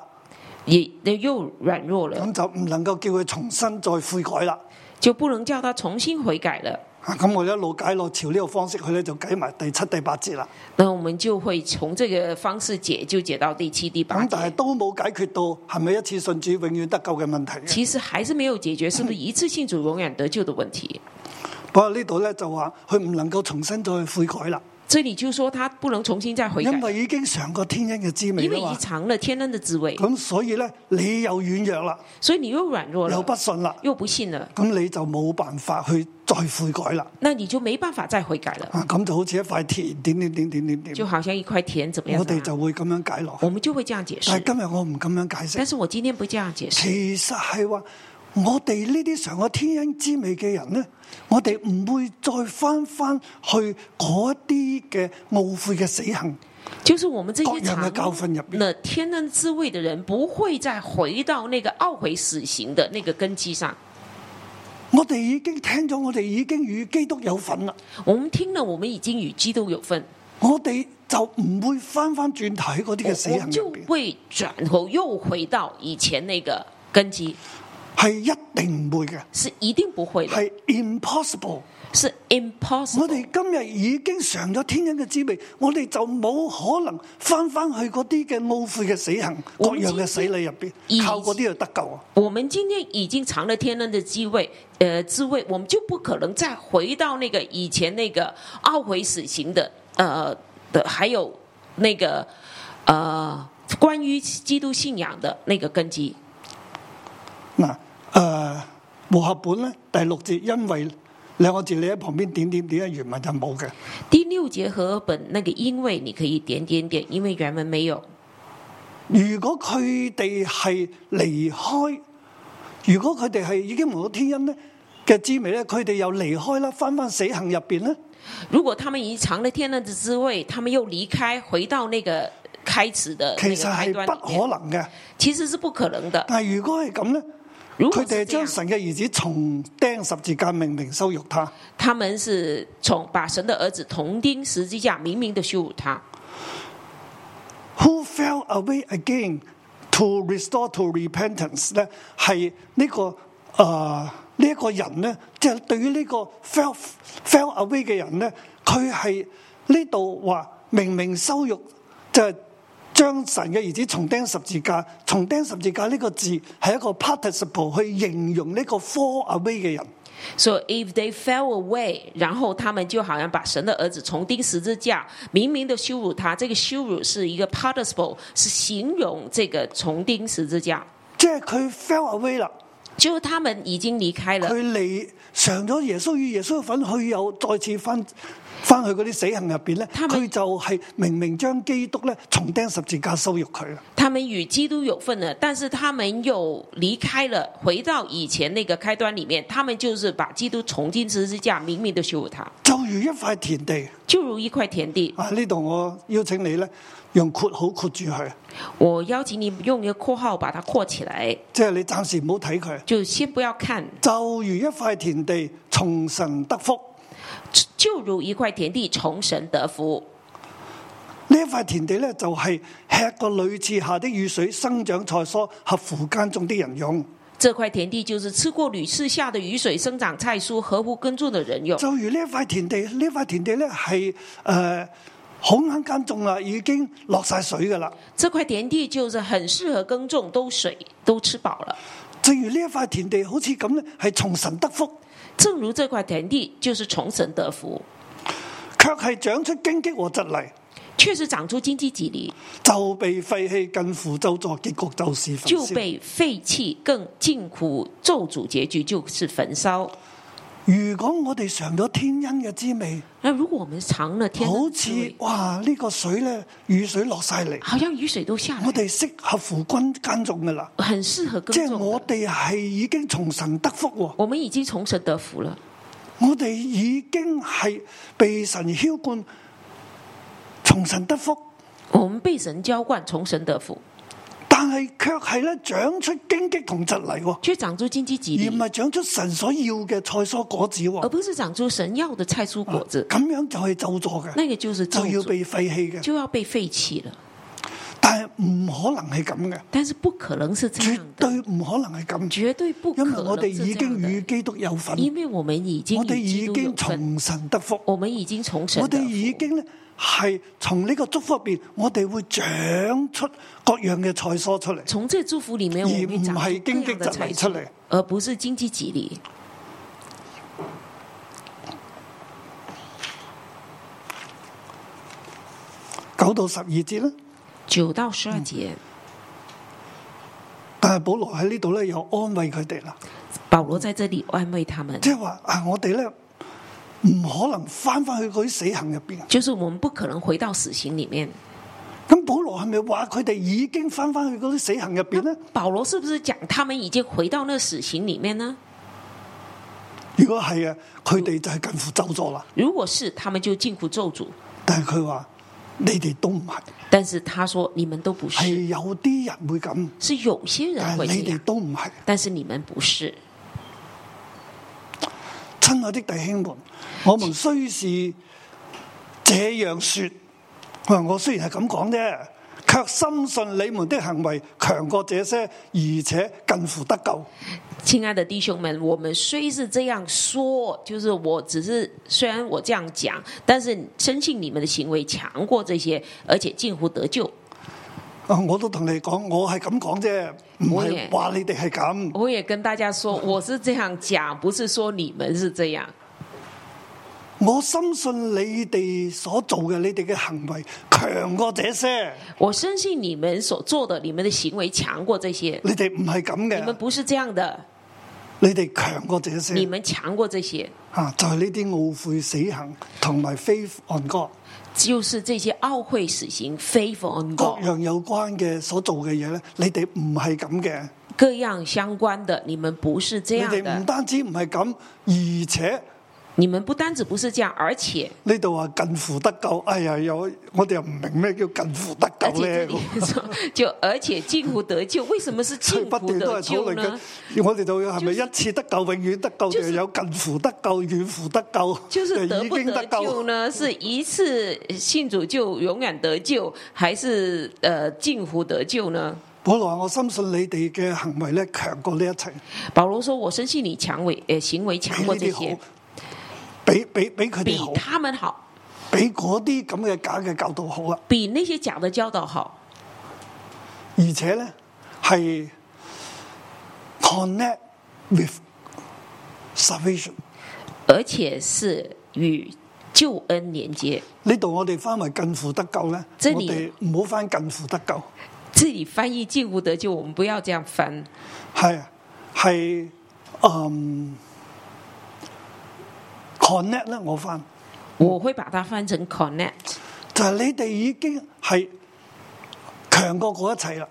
[SPEAKER 4] 也又软弱了，
[SPEAKER 2] 咁就唔能夠叫佢重新再悔改啦。
[SPEAKER 4] 就不能叫他重新悔改了。
[SPEAKER 2] 啊，咁我一路解落朝呢個方式去咧，就解埋第七、第八節啦。
[SPEAKER 4] 那我们就会从这个方式解，就解到第七、第八
[SPEAKER 2] 咁但係
[SPEAKER 4] 节。
[SPEAKER 2] 都冇解決到係咪一次信主永遠得救嘅問題嘅。
[SPEAKER 4] 其实还是没有解决是不是一次性主永远得救的问 题。
[SPEAKER 2] 不過呢度咧就話佢唔能夠重新再悔改啦，
[SPEAKER 4] 这里就说他不能重新再悔改
[SPEAKER 2] 因，為已經尝過天恩嘅滋味
[SPEAKER 4] 因为
[SPEAKER 2] 啦
[SPEAKER 4] 已
[SPEAKER 2] 嘛。
[SPEAKER 4] 尝了天恩的滋味，
[SPEAKER 2] 咁所以咧，你又軟弱啦，
[SPEAKER 4] 所以你又软弱
[SPEAKER 2] 又
[SPEAKER 4] 了，
[SPEAKER 2] 不信啦，
[SPEAKER 4] 又不信了，
[SPEAKER 2] 咁你就冇辦法去再悔改啦。
[SPEAKER 4] 那你就没办法再悔改了，
[SPEAKER 2] 啊，咁就好似一塊田，點點點點點點，
[SPEAKER 4] 就好像一块田怎么样
[SPEAKER 2] 我
[SPEAKER 4] 怎么
[SPEAKER 2] 哋
[SPEAKER 4] 样？
[SPEAKER 2] 就會咁樣解落去。
[SPEAKER 4] 我们就会这样解
[SPEAKER 2] 但
[SPEAKER 4] 释
[SPEAKER 2] 係。今日我唔咁樣解釋
[SPEAKER 4] 但。是我今天不这样解释，
[SPEAKER 2] 其實係話，我哋呢啲嘗過天恩滋味嘅人呢，我哋唔會再翻翻去嗰啲嘅懊悔嘅死行，
[SPEAKER 4] 就是我们这
[SPEAKER 2] 各樣
[SPEAKER 4] 些尝
[SPEAKER 2] 嘅教訓入邊。
[SPEAKER 4] 了天恩滋味的人，不会再回到那个懊悔死刑的那个根基上。
[SPEAKER 2] 我哋已經聽咗，我哋已經與基督有份啦。
[SPEAKER 4] 我们听了，我们已经与基督有份，
[SPEAKER 2] 我哋就唔會翻翻轉頭喺嗰啲
[SPEAKER 4] 我
[SPEAKER 2] 嘅死
[SPEAKER 4] 我
[SPEAKER 2] 行
[SPEAKER 4] 们就
[SPEAKER 2] 入邊，
[SPEAKER 4] 会转头又回到以前那个根基，
[SPEAKER 2] 係一定唔會嘅，
[SPEAKER 4] 是一定不会的，
[SPEAKER 2] 係 impossible。
[SPEAKER 4] 是
[SPEAKER 2] 我
[SPEAKER 4] impossible
[SPEAKER 2] 哋。今日已經嘗咗天恩嘅滋味，我哋就冇可能翻翻去嗰啲嘅懊悔嘅死行、各
[SPEAKER 4] 我
[SPEAKER 2] 樣嘅死理入
[SPEAKER 4] 已
[SPEAKER 2] 邊，靠嗰啲就得救啊！
[SPEAKER 4] 我们今天已经尝了天恩的滋味，呃，滋味，我们就不可能再回到那个以前那个懊悔死刑的，呃的，还有那个呃关于基督信仰的那个根基。
[SPEAKER 2] 嗱，誒、和合本咧第六節，因為兩個字你喺旁邊點點點，原文就冇嘅。
[SPEAKER 4] 第六节和本那个因为你可以点点点，因为原文没有。
[SPEAKER 2] 如果佢哋係離開，如果佢哋係已經冇咗天恩咧嘅滋味咧，佢哋又離開啦，翻翻死行入邊咧，
[SPEAKER 4] 如果他们已经尝了天恩的滋味，他们又离开，回到那个开始的那
[SPEAKER 2] 其
[SPEAKER 4] 个
[SPEAKER 2] 實
[SPEAKER 4] 开
[SPEAKER 2] 係
[SPEAKER 4] 端
[SPEAKER 2] 不
[SPEAKER 4] 里
[SPEAKER 2] 可
[SPEAKER 4] 面，
[SPEAKER 2] 能嘅。
[SPEAKER 4] 其实是不可能的。
[SPEAKER 2] 但係如果係咁咧，
[SPEAKER 4] 如果
[SPEAKER 2] 佢
[SPEAKER 4] 是
[SPEAKER 2] 哋係
[SPEAKER 4] 这
[SPEAKER 2] 將，
[SPEAKER 4] 样
[SPEAKER 2] 神嘅兒子重釘十字架，命令羞辱他。
[SPEAKER 4] 他们是从把神的儿子同钉十字架，明明的羞辱他。
[SPEAKER 2] Who fell away again to restore to repentance 咧，係呢、個誒呢一個人咧，即、係、對於呢個 fell fell away 嘅人咧，佢係呢度話明明羞辱，就係、將神嘅兒子重釘十字架，重釘十字架呢個字係一個 participle 去形容呢個 fall away 嘅人。
[SPEAKER 4] So if they fell away，然后他们就好像把神的儿子重钉十字架，明明的羞辱他。这个羞辱是一个 participle，是形容这个重钉十字架，
[SPEAKER 2] 即係佢 fell away 啦，
[SPEAKER 4] 就是他们已经离开了。
[SPEAKER 2] 佢嚟上咗耶穌與耶穌嘅粉，佢又再次翻翻去嗰啲死行入邊咧，
[SPEAKER 4] 他們
[SPEAKER 2] 佢就係明明將基督咧重釘十字架羞辱佢啦。
[SPEAKER 4] 他们与基督有份了，但是他们又离开了，回到以前那个开端里面，他们就是把基督重钉十字架，明明的羞辱他，
[SPEAKER 2] 就如一塊田地
[SPEAKER 4] 就如一块田地。
[SPEAKER 2] 啊！呢度我邀請你咧，用括號括住佢，
[SPEAKER 4] 我邀请你用一个括号把它括起来，
[SPEAKER 2] 即係你暫時唔好睇佢。
[SPEAKER 4] 就先不要看，
[SPEAKER 2] 就如一塊田地，從神得福。
[SPEAKER 4] 就就如一块田地从神得福。
[SPEAKER 2] 呢一塊田地咧，就係吃個女刺下的雨水，生長菜蔬，合乎耕種的人用。
[SPEAKER 4] 这块田地就是吃过屡次下的雨水，生长菜蔬，合乎耕种的人用。
[SPEAKER 2] 就如呢一塊田地，呢一塊田地咧係呃誒好啱耕種啦，啊已經落晒水噶啦。
[SPEAKER 4] 这块田地就是很适合耕种，都水都吃饱了。
[SPEAKER 2] 正如呢一塊田地好似咁咧，係從神得福，
[SPEAKER 4] 正如这块田地就是从神得福。
[SPEAKER 2] 卻係長出荊棘和蒺藜，
[SPEAKER 4] 确实长出经济脊藜，
[SPEAKER 2] 就被廢棄，近乎咒詛，結局就是焚
[SPEAKER 4] 就
[SPEAKER 2] 燒。
[SPEAKER 4] 被废弃，更近乎咒诅，结局就是焚烧。
[SPEAKER 2] 如果我哋嘗咗天恩嘅滋味，
[SPEAKER 4] 那如果我们尝了天
[SPEAKER 2] 好
[SPEAKER 4] 的
[SPEAKER 2] 似
[SPEAKER 4] 滋味，
[SPEAKER 2] 哇呢、個水咧雨水落晒嚟，
[SPEAKER 4] 好像雨水都下
[SPEAKER 2] 我
[SPEAKER 4] 来，
[SPEAKER 2] 哋適合乎君耕種噶啦。
[SPEAKER 4] 很适合
[SPEAKER 2] 即
[SPEAKER 4] 耕
[SPEAKER 2] 係
[SPEAKER 4] 种
[SPEAKER 2] 我
[SPEAKER 4] 的。
[SPEAKER 2] 哋係已經從神得福喎。
[SPEAKER 4] 我们已经从神得福了，
[SPEAKER 2] 我哋已經係被神澆灌，從神得福，
[SPEAKER 4] 我们被神浇灌，从神得福，
[SPEAKER 2] 但係卻係咧長出荊棘同蒺藜喎，
[SPEAKER 4] 却长出经济脊
[SPEAKER 2] 而唔
[SPEAKER 4] 藜，
[SPEAKER 2] 係長出神所要嘅菜蔬果子
[SPEAKER 4] 而
[SPEAKER 2] 喎。啊
[SPEAKER 4] 不是长出神要的菜蔬哦果子。
[SPEAKER 2] 咁樣就係咒詛嘅，
[SPEAKER 4] 啊那个就是咒
[SPEAKER 2] 就要
[SPEAKER 4] 诅，
[SPEAKER 2] 被廢棄嘅。
[SPEAKER 4] 就要被废弃了。
[SPEAKER 2] 但係唔可能係咁嘅，
[SPEAKER 4] 但是不可能是这
[SPEAKER 2] 絕
[SPEAKER 4] 样的，
[SPEAKER 2] 對唔可能係咁，
[SPEAKER 4] 绝对不可
[SPEAKER 2] 因為我哋
[SPEAKER 4] 能
[SPEAKER 2] 已
[SPEAKER 4] 是这
[SPEAKER 2] 經
[SPEAKER 4] 样
[SPEAKER 2] 與
[SPEAKER 4] 的。
[SPEAKER 2] 基督有份，
[SPEAKER 4] 因为我们已经
[SPEAKER 2] 我哋
[SPEAKER 4] 与基
[SPEAKER 2] 已
[SPEAKER 4] 督有
[SPEAKER 2] 經
[SPEAKER 4] 份，
[SPEAKER 2] 從神得福，
[SPEAKER 4] 我们已经重生
[SPEAKER 2] 我
[SPEAKER 4] 的
[SPEAKER 2] 哋，已經咧係從呢個祝福入邊，我哋會長出各樣嘅菜蔬出嚟，
[SPEAKER 4] 从这祝福里面，
[SPEAKER 2] 而
[SPEAKER 4] 我们会
[SPEAKER 2] 唔
[SPEAKER 4] 长
[SPEAKER 2] 係
[SPEAKER 4] 出
[SPEAKER 2] 經
[SPEAKER 4] 各
[SPEAKER 2] 濟
[SPEAKER 4] 样的
[SPEAKER 2] 就
[SPEAKER 4] 财
[SPEAKER 2] 嚟
[SPEAKER 4] 富
[SPEAKER 2] 出，嚟。
[SPEAKER 4] 而不是经济激励。
[SPEAKER 2] 九到十二節啦，
[SPEAKER 4] 九到十二节，
[SPEAKER 2] 但係保羅喺呢度咧又安慰佢哋啦，
[SPEAKER 4] 保罗在嗯这里安慰他们，
[SPEAKER 2] 即係話啊，我哋咧唔可能翻翻去嗰啲死行入邊。啊
[SPEAKER 4] 就是我们不可能回到死刑里面。
[SPEAKER 2] 咁保羅係咪話佢哋已經翻翻去嗰啲死行入邊咧？
[SPEAKER 4] 保罗是不是讲他们已经回到那死刑里面呢？
[SPEAKER 2] 如果係啊，佢哋就係近乎走咗啦。
[SPEAKER 4] 如果是，他们就近乎咒诅。
[SPEAKER 2] 但係佢話你哋都唔係，
[SPEAKER 4] 但是他说，你们都不是，
[SPEAKER 2] 係有啲人會咁，
[SPEAKER 4] 是有些人
[SPEAKER 2] 但
[SPEAKER 4] 会
[SPEAKER 2] 係
[SPEAKER 4] 这
[SPEAKER 2] 哎你哋
[SPEAKER 4] 样，
[SPEAKER 2] 都唔係。
[SPEAKER 4] 但是你们不是。
[SPEAKER 2] 親愛的弟兄們，我們雖是這樣說，我話我雖然係咁講啫，卻深信你們的行為強過這些，而且近乎得救。
[SPEAKER 4] 亲爱的弟兄们，我们虽是这样说，就是我只是虽然我这样讲，但是深信你们的行为强过这些，而且近乎得救。
[SPEAKER 2] 啊我都同你講，我係咁講啫，唔
[SPEAKER 4] 我
[SPEAKER 2] 係
[SPEAKER 4] 也
[SPEAKER 2] 話你哋係咁。
[SPEAKER 4] 我也跟大家说，我是这样讲，不是说你们是这样。
[SPEAKER 2] 我深信你哋所做嘅，你哋嘅行為強過這些，
[SPEAKER 4] 我深信你们所做的，你们的行为强过这些，
[SPEAKER 2] 你哋唔係咁
[SPEAKER 4] 你们
[SPEAKER 2] 嘅，
[SPEAKER 4] 不是这样的，
[SPEAKER 2] 你哋強過這
[SPEAKER 4] 你
[SPEAKER 2] 些。
[SPEAKER 4] 们强过这些，
[SPEAKER 2] 啊，就係呢啲懊悔死行同埋 faith on God
[SPEAKER 4] 就是这些懊悔死刑、非法恩
[SPEAKER 2] 各
[SPEAKER 4] 告
[SPEAKER 2] 樣哦有關嘅所做嘅嘢咧，你哋唔係咁嘅。
[SPEAKER 4] 各样相关的，你们不是这
[SPEAKER 2] 你
[SPEAKER 4] 样
[SPEAKER 2] 哋唔
[SPEAKER 4] 的，
[SPEAKER 2] 單止唔係咁，而且
[SPEAKER 4] 你们不单只不是这样，而且
[SPEAKER 2] 呢度話近乎得救。哎呀，有我哋又唔明咩叫近乎得
[SPEAKER 4] 而
[SPEAKER 2] 救
[SPEAKER 4] 且
[SPEAKER 2] 咧
[SPEAKER 4] 这。里说， 就而且近乎得救，为什么是
[SPEAKER 2] 所以
[SPEAKER 4] 近
[SPEAKER 2] 不
[SPEAKER 4] 乎
[SPEAKER 2] 斷都
[SPEAKER 4] 得
[SPEAKER 2] 係討
[SPEAKER 4] 救
[SPEAKER 2] 論
[SPEAKER 4] 呢？
[SPEAKER 2] 緊， 我哋就係咪一次得救、永遠得救，
[SPEAKER 4] 就
[SPEAKER 2] 定
[SPEAKER 4] 是
[SPEAKER 2] 係有近乎得救、遠乎得救，
[SPEAKER 4] 就是得
[SPEAKER 2] 已
[SPEAKER 4] 不
[SPEAKER 2] 經
[SPEAKER 4] 得
[SPEAKER 2] 得
[SPEAKER 4] 救
[SPEAKER 2] 救？
[SPEAKER 4] 呢？是一次信主就永远得救，还是呃近乎得救呢？
[SPEAKER 2] 保羅話：我深信你哋嘅行為咧強過呢一切，
[SPEAKER 4] 保罗说：“我深信你强为呃行为强
[SPEAKER 2] 比
[SPEAKER 4] 过
[SPEAKER 2] 呢
[SPEAKER 4] 这
[SPEAKER 2] 啲
[SPEAKER 4] 些
[SPEAKER 2] 好，，比比比佢哋
[SPEAKER 4] 比
[SPEAKER 2] 哎好，
[SPEAKER 4] 他们好，
[SPEAKER 2] 比嗰啲咁嘅假嘅教導好啦。
[SPEAKER 4] 比那些假的教导好，
[SPEAKER 2] 而且咧係 connect with salvation。
[SPEAKER 4] 而且是与救恩连接。
[SPEAKER 2] 呢度我哋翻為近乎得救咧，
[SPEAKER 4] 即係
[SPEAKER 2] 我
[SPEAKER 4] 你
[SPEAKER 2] 哋唔好翻近乎得救，
[SPEAKER 4] 这里翻译近乎得救，我们不要这样翻。
[SPEAKER 2] 係啊係嗯 connect 咧，我翻
[SPEAKER 4] 我会把它翻成 connect。
[SPEAKER 2] 就係、你哋已經係強過嗰一切啦，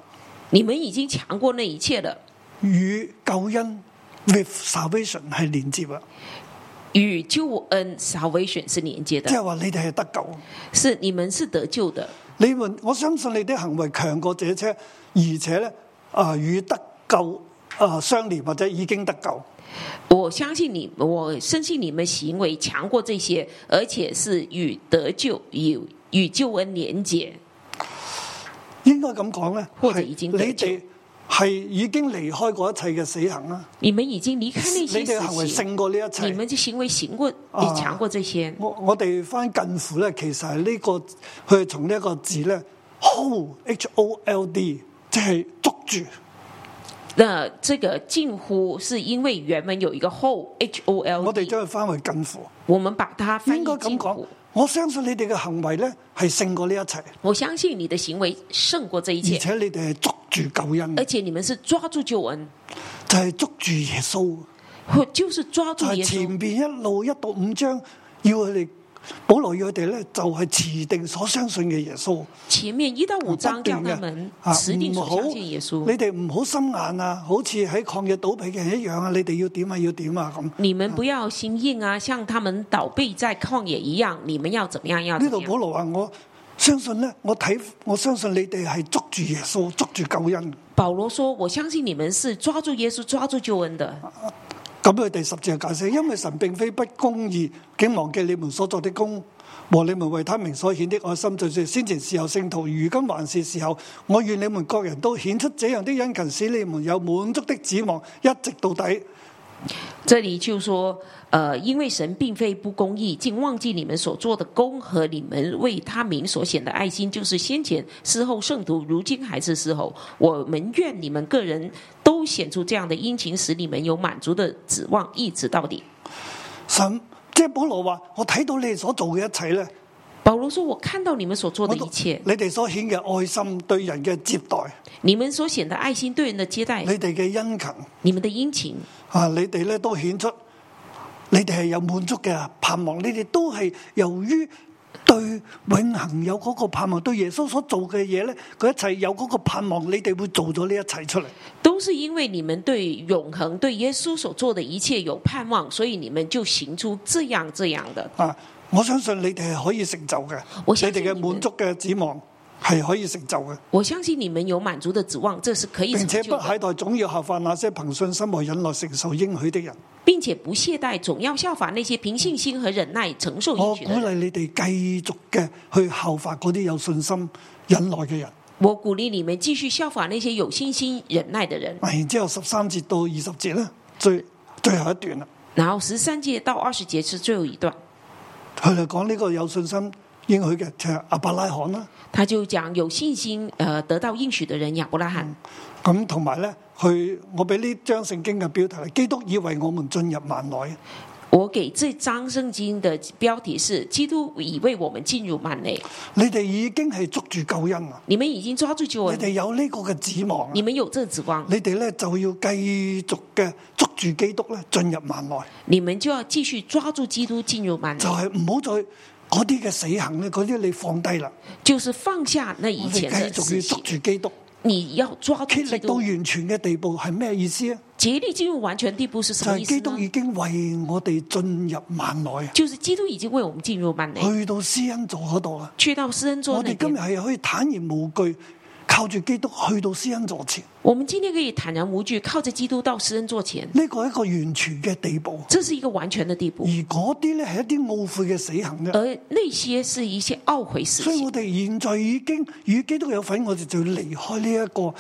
[SPEAKER 4] 你们已经强过那一切了，
[SPEAKER 2] 與救恩 with salvation 係連接啊，
[SPEAKER 4] 与救恩 salvation 是連接
[SPEAKER 2] 即
[SPEAKER 4] 的，
[SPEAKER 2] 係話你哋係得救。
[SPEAKER 4] 是你们是得救的。
[SPEAKER 2] 你們我相信你啲行為強過這車，而且咧啊、與得救啊、相連或者已經得救。
[SPEAKER 4] 我相信你，我深信你们行为强过这些，而且是与得救与与救恩连接。
[SPEAKER 2] 應該咁講咧，
[SPEAKER 4] 或者
[SPEAKER 2] 係
[SPEAKER 4] 已經
[SPEAKER 2] 你
[SPEAKER 4] 得救
[SPEAKER 2] 哋係已經離開嗰一切嘅死行啦，
[SPEAKER 4] 你们已经离开
[SPEAKER 2] 你
[SPEAKER 4] 那些
[SPEAKER 2] 哋嘅行為
[SPEAKER 4] 死刑，
[SPEAKER 2] 勝過呢一
[SPEAKER 4] 你
[SPEAKER 2] 切。
[SPEAKER 4] 们的行为行过也
[SPEAKER 2] 啊
[SPEAKER 4] 强过这些。
[SPEAKER 2] 我我哋翻近乎咧，其實係呢、個佢係從呢一個字咧，hold h o l d，即係捉住，
[SPEAKER 4] 那这个近乎是因为原文有一个后 H O
[SPEAKER 2] 我
[SPEAKER 4] L，
[SPEAKER 2] 哋
[SPEAKER 4] D，
[SPEAKER 2] 將佢翻為近乎。
[SPEAKER 4] 我们把它翻
[SPEAKER 2] 應該
[SPEAKER 4] 译
[SPEAKER 2] 咁
[SPEAKER 4] 近
[SPEAKER 2] 講
[SPEAKER 4] 乎。，
[SPEAKER 2] 我相信你哋嘅行為咧係勝過呢一切，
[SPEAKER 4] 我相信你的行为胜过这一
[SPEAKER 2] 而
[SPEAKER 4] 切，
[SPEAKER 2] 且你哋係捉住救恩
[SPEAKER 4] 而
[SPEAKER 2] 嘅，
[SPEAKER 4] 且你们是抓住救恩，
[SPEAKER 2] 就係捉住耶穌。
[SPEAKER 4] 或就是抓
[SPEAKER 2] 就
[SPEAKER 4] 住耶
[SPEAKER 2] 係
[SPEAKER 4] 稣。
[SPEAKER 2] 啊前邊一路一到五章，要佢哋保羅要佢哋咧，就係持定所相信嘅耶穌，
[SPEAKER 4] 前面一到五
[SPEAKER 2] 不
[SPEAKER 4] 章
[SPEAKER 2] 斷
[SPEAKER 4] 叫
[SPEAKER 2] 嘅
[SPEAKER 4] 他们
[SPEAKER 2] 啊
[SPEAKER 4] 持定
[SPEAKER 2] 唔
[SPEAKER 4] 所
[SPEAKER 2] 好
[SPEAKER 4] 相信耶稣。
[SPEAKER 2] 你哋唔好心眼啊，好似喺抗野倒斃嘅人一樣啊！你哋要點啊，要點啊咁。
[SPEAKER 4] 你们不要心硬啊，像他们倒闭在旷野一样。你们要怎么样？要
[SPEAKER 2] 呢
[SPEAKER 4] 怎
[SPEAKER 2] 度
[SPEAKER 4] 么
[SPEAKER 2] 保
[SPEAKER 4] 样？
[SPEAKER 2] 羅話：我相信咧，我睇我相信你哋係捉住耶穌，捉住救恩。
[SPEAKER 4] 保罗说：“我相信你们是抓住耶稣、抓住救恩的。
[SPEAKER 2] 咁佢第十節就解釋，因為神並非不公義，竟忘記你們所作的功和你們為他名所顯的愛心，就是先前時候聖徒，如今還是時候。我願你們各人都顯出這樣的殷勤，使你們有滿足的指望，一直到底。
[SPEAKER 4] 这里就说，呃，因为神并非不公义，竟忘记你们所做的功和你们为他名所显的爱心，就是先前事后圣徒，如今还是事后。我们愿你们个人都显出这样的殷勤，使你们有满足的指望，一直到底。
[SPEAKER 2] 神即係保羅話：我睇到你哋所做嘅一切咧，
[SPEAKER 4] 保罗说：“我看到你们所做的
[SPEAKER 2] 我都
[SPEAKER 4] 一切，
[SPEAKER 2] 你哋所顯嘅愛心對人嘅接待，
[SPEAKER 4] 你们所显的爱心对人的接待
[SPEAKER 2] 你，哋嘅殷勤
[SPEAKER 4] 你们的殷勤，
[SPEAKER 2] 啊，你哋咧都顯出你哋係有滿足嘅盼望，你哋都係由於對永恆有嗰個盼望，對耶穌所做嘅嘢咧，佢一切有嗰個盼望，你哋會做咗呢一切出嚟。
[SPEAKER 4] 都是因为你们对永恒、对耶稣所做的一切有盼望，所以你们就行出这样这样的。
[SPEAKER 2] 啊！我相信你哋係可以成就嘅，
[SPEAKER 4] 我
[SPEAKER 2] 你
[SPEAKER 4] 相
[SPEAKER 2] 哋
[SPEAKER 4] 信
[SPEAKER 2] 嘅
[SPEAKER 4] 你
[SPEAKER 2] 滿
[SPEAKER 4] 們
[SPEAKER 2] 足嘅指望係可以成就嘅，
[SPEAKER 4] 我相信你们有满足的指望，这是可以
[SPEAKER 2] 並
[SPEAKER 4] 成
[SPEAKER 2] 且
[SPEAKER 4] 就
[SPEAKER 2] 不
[SPEAKER 4] 的，
[SPEAKER 2] 懈怠，總要效法那些憑信心和忍耐承受應許的 人。
[SPEAKER 4] 并且不懈怠，总要效法那些凭信心和忍耐承受
[SPEAKER 2] 我
[SPEAKER 4] 应许
[SPEAKER 2] 哦鼓
[SPEAKER 4] 的人。
[SPEAKER 2] 勵你哋繼續嘅去效法嗰啲有信心、忍耐嘅人。
[SPEAKER 4] 我鼓励你们继续效法那些有信心、忍耐的人。
[SPEAKER 2] 啊然之後十三節到二十節咧，最最後一段啦，
[SPEAKER 4] 然后十三节到二十节是最后一段，
[SPEAKER 2] 佢哋講呢個有信心應許嘅就係阿伯拉罕啦，
[SPEAKER 4] 他就讲有信心呃得到应许的人亚伯拉
[SPEAKER 2] 嗯
[SPEAKER 4] 罕。
[SPEAKER 2] 咁同埋咧，佢我俾呢張聖經嘅標題係基督以為我們進入啊萬內。
[SPEAKER 4] 我给这张圣经的标题是“基督已为我们进入幔内
[SPEAKER 2] 你哋已經係捉住救恩啦”，，
[SPEAKER 4] 你们已经抓住救
[SPEAKER 2] 你哋
[SPEAKER 4] 恩，
[SPEAKER 2] 有呢個嘅指望啊
[SPEAKER 4] 你，们有这指望，
[SPEAKER 2] 你哋咧就要繼續嘅捉住基督咧進入萬內，
[SPEAKER 4] 你们就要继续抓住基督进入幔
[SPEAKER 2] 就
[SPEAKER 4] 内，
[SPEAKER 2] 係唔好再嗰啲嘅死行咧，嗰啲你放低啦，
[SPEAKER 4] 就是放下那以
[SPEAKER 2] 我
[SPEAKER 4] 前
[SPEAKER 2] 哋
[SPEAKER 4] 的
[SPEAKER 2] 繼
[SPEAKER 4] 事
[SPEAKER 2] 續要捉
[SPEAKER 4] 情，
[SPEAKER 2] 住基督，
[SPEAKER 4] 你要抓住
[SPEAKER 2] 竭
[SPEAKER 4] 基
[SPEAKER 2] 力到
[SPEAKER 4] 督，
[SPEAKER 2] 完全嘅地步係咩意思啊？
[SPEAKER 4] 竭力进入完全地步是什
[SPEAKER 2] 就
[SPEAKER 4] 么
[SPEAKER 2] 係
[SPEAKER 4] 意思
[SPEAKER 2] 基督已
[SPEAKER 4] 呢？
[SPEAKER 2] 經為我哋進入萬內啊，
[SPEAKER 4] 就是基督已经为我们进入幔内，
[SPEAKER 2] 去到施恩座嗰度啦。
[SPEAKER 4] 去到施恩座
[SPEAKER 2] 我
[SPEAKER 4] 那
[SPEAKER 2] 哋今日
[SPEAKER 4] 边。
[SPEAKER 2] 係可以坦然無懼，靠住基督去到施恩座前，
[SPEAKER 4] 我们今天可以坦然无惧，靠着基督到施恩座前，
[SPEAKER 2] 呢個係一個完全嘅地步。
[SPEAKER 4] 这是一个完全的地步
[SPEAKER 2] 而。嗰啲咧係一啲懊悔嘅死行嘅，
[SPEAKER 4] 而那些是一些懊悔事
[SPEAKER 2] 所以
[SPEAKER 4] 情
[SPEAKER 2] 我。哋現在已經與基督有份，我哋就要離開呢、一個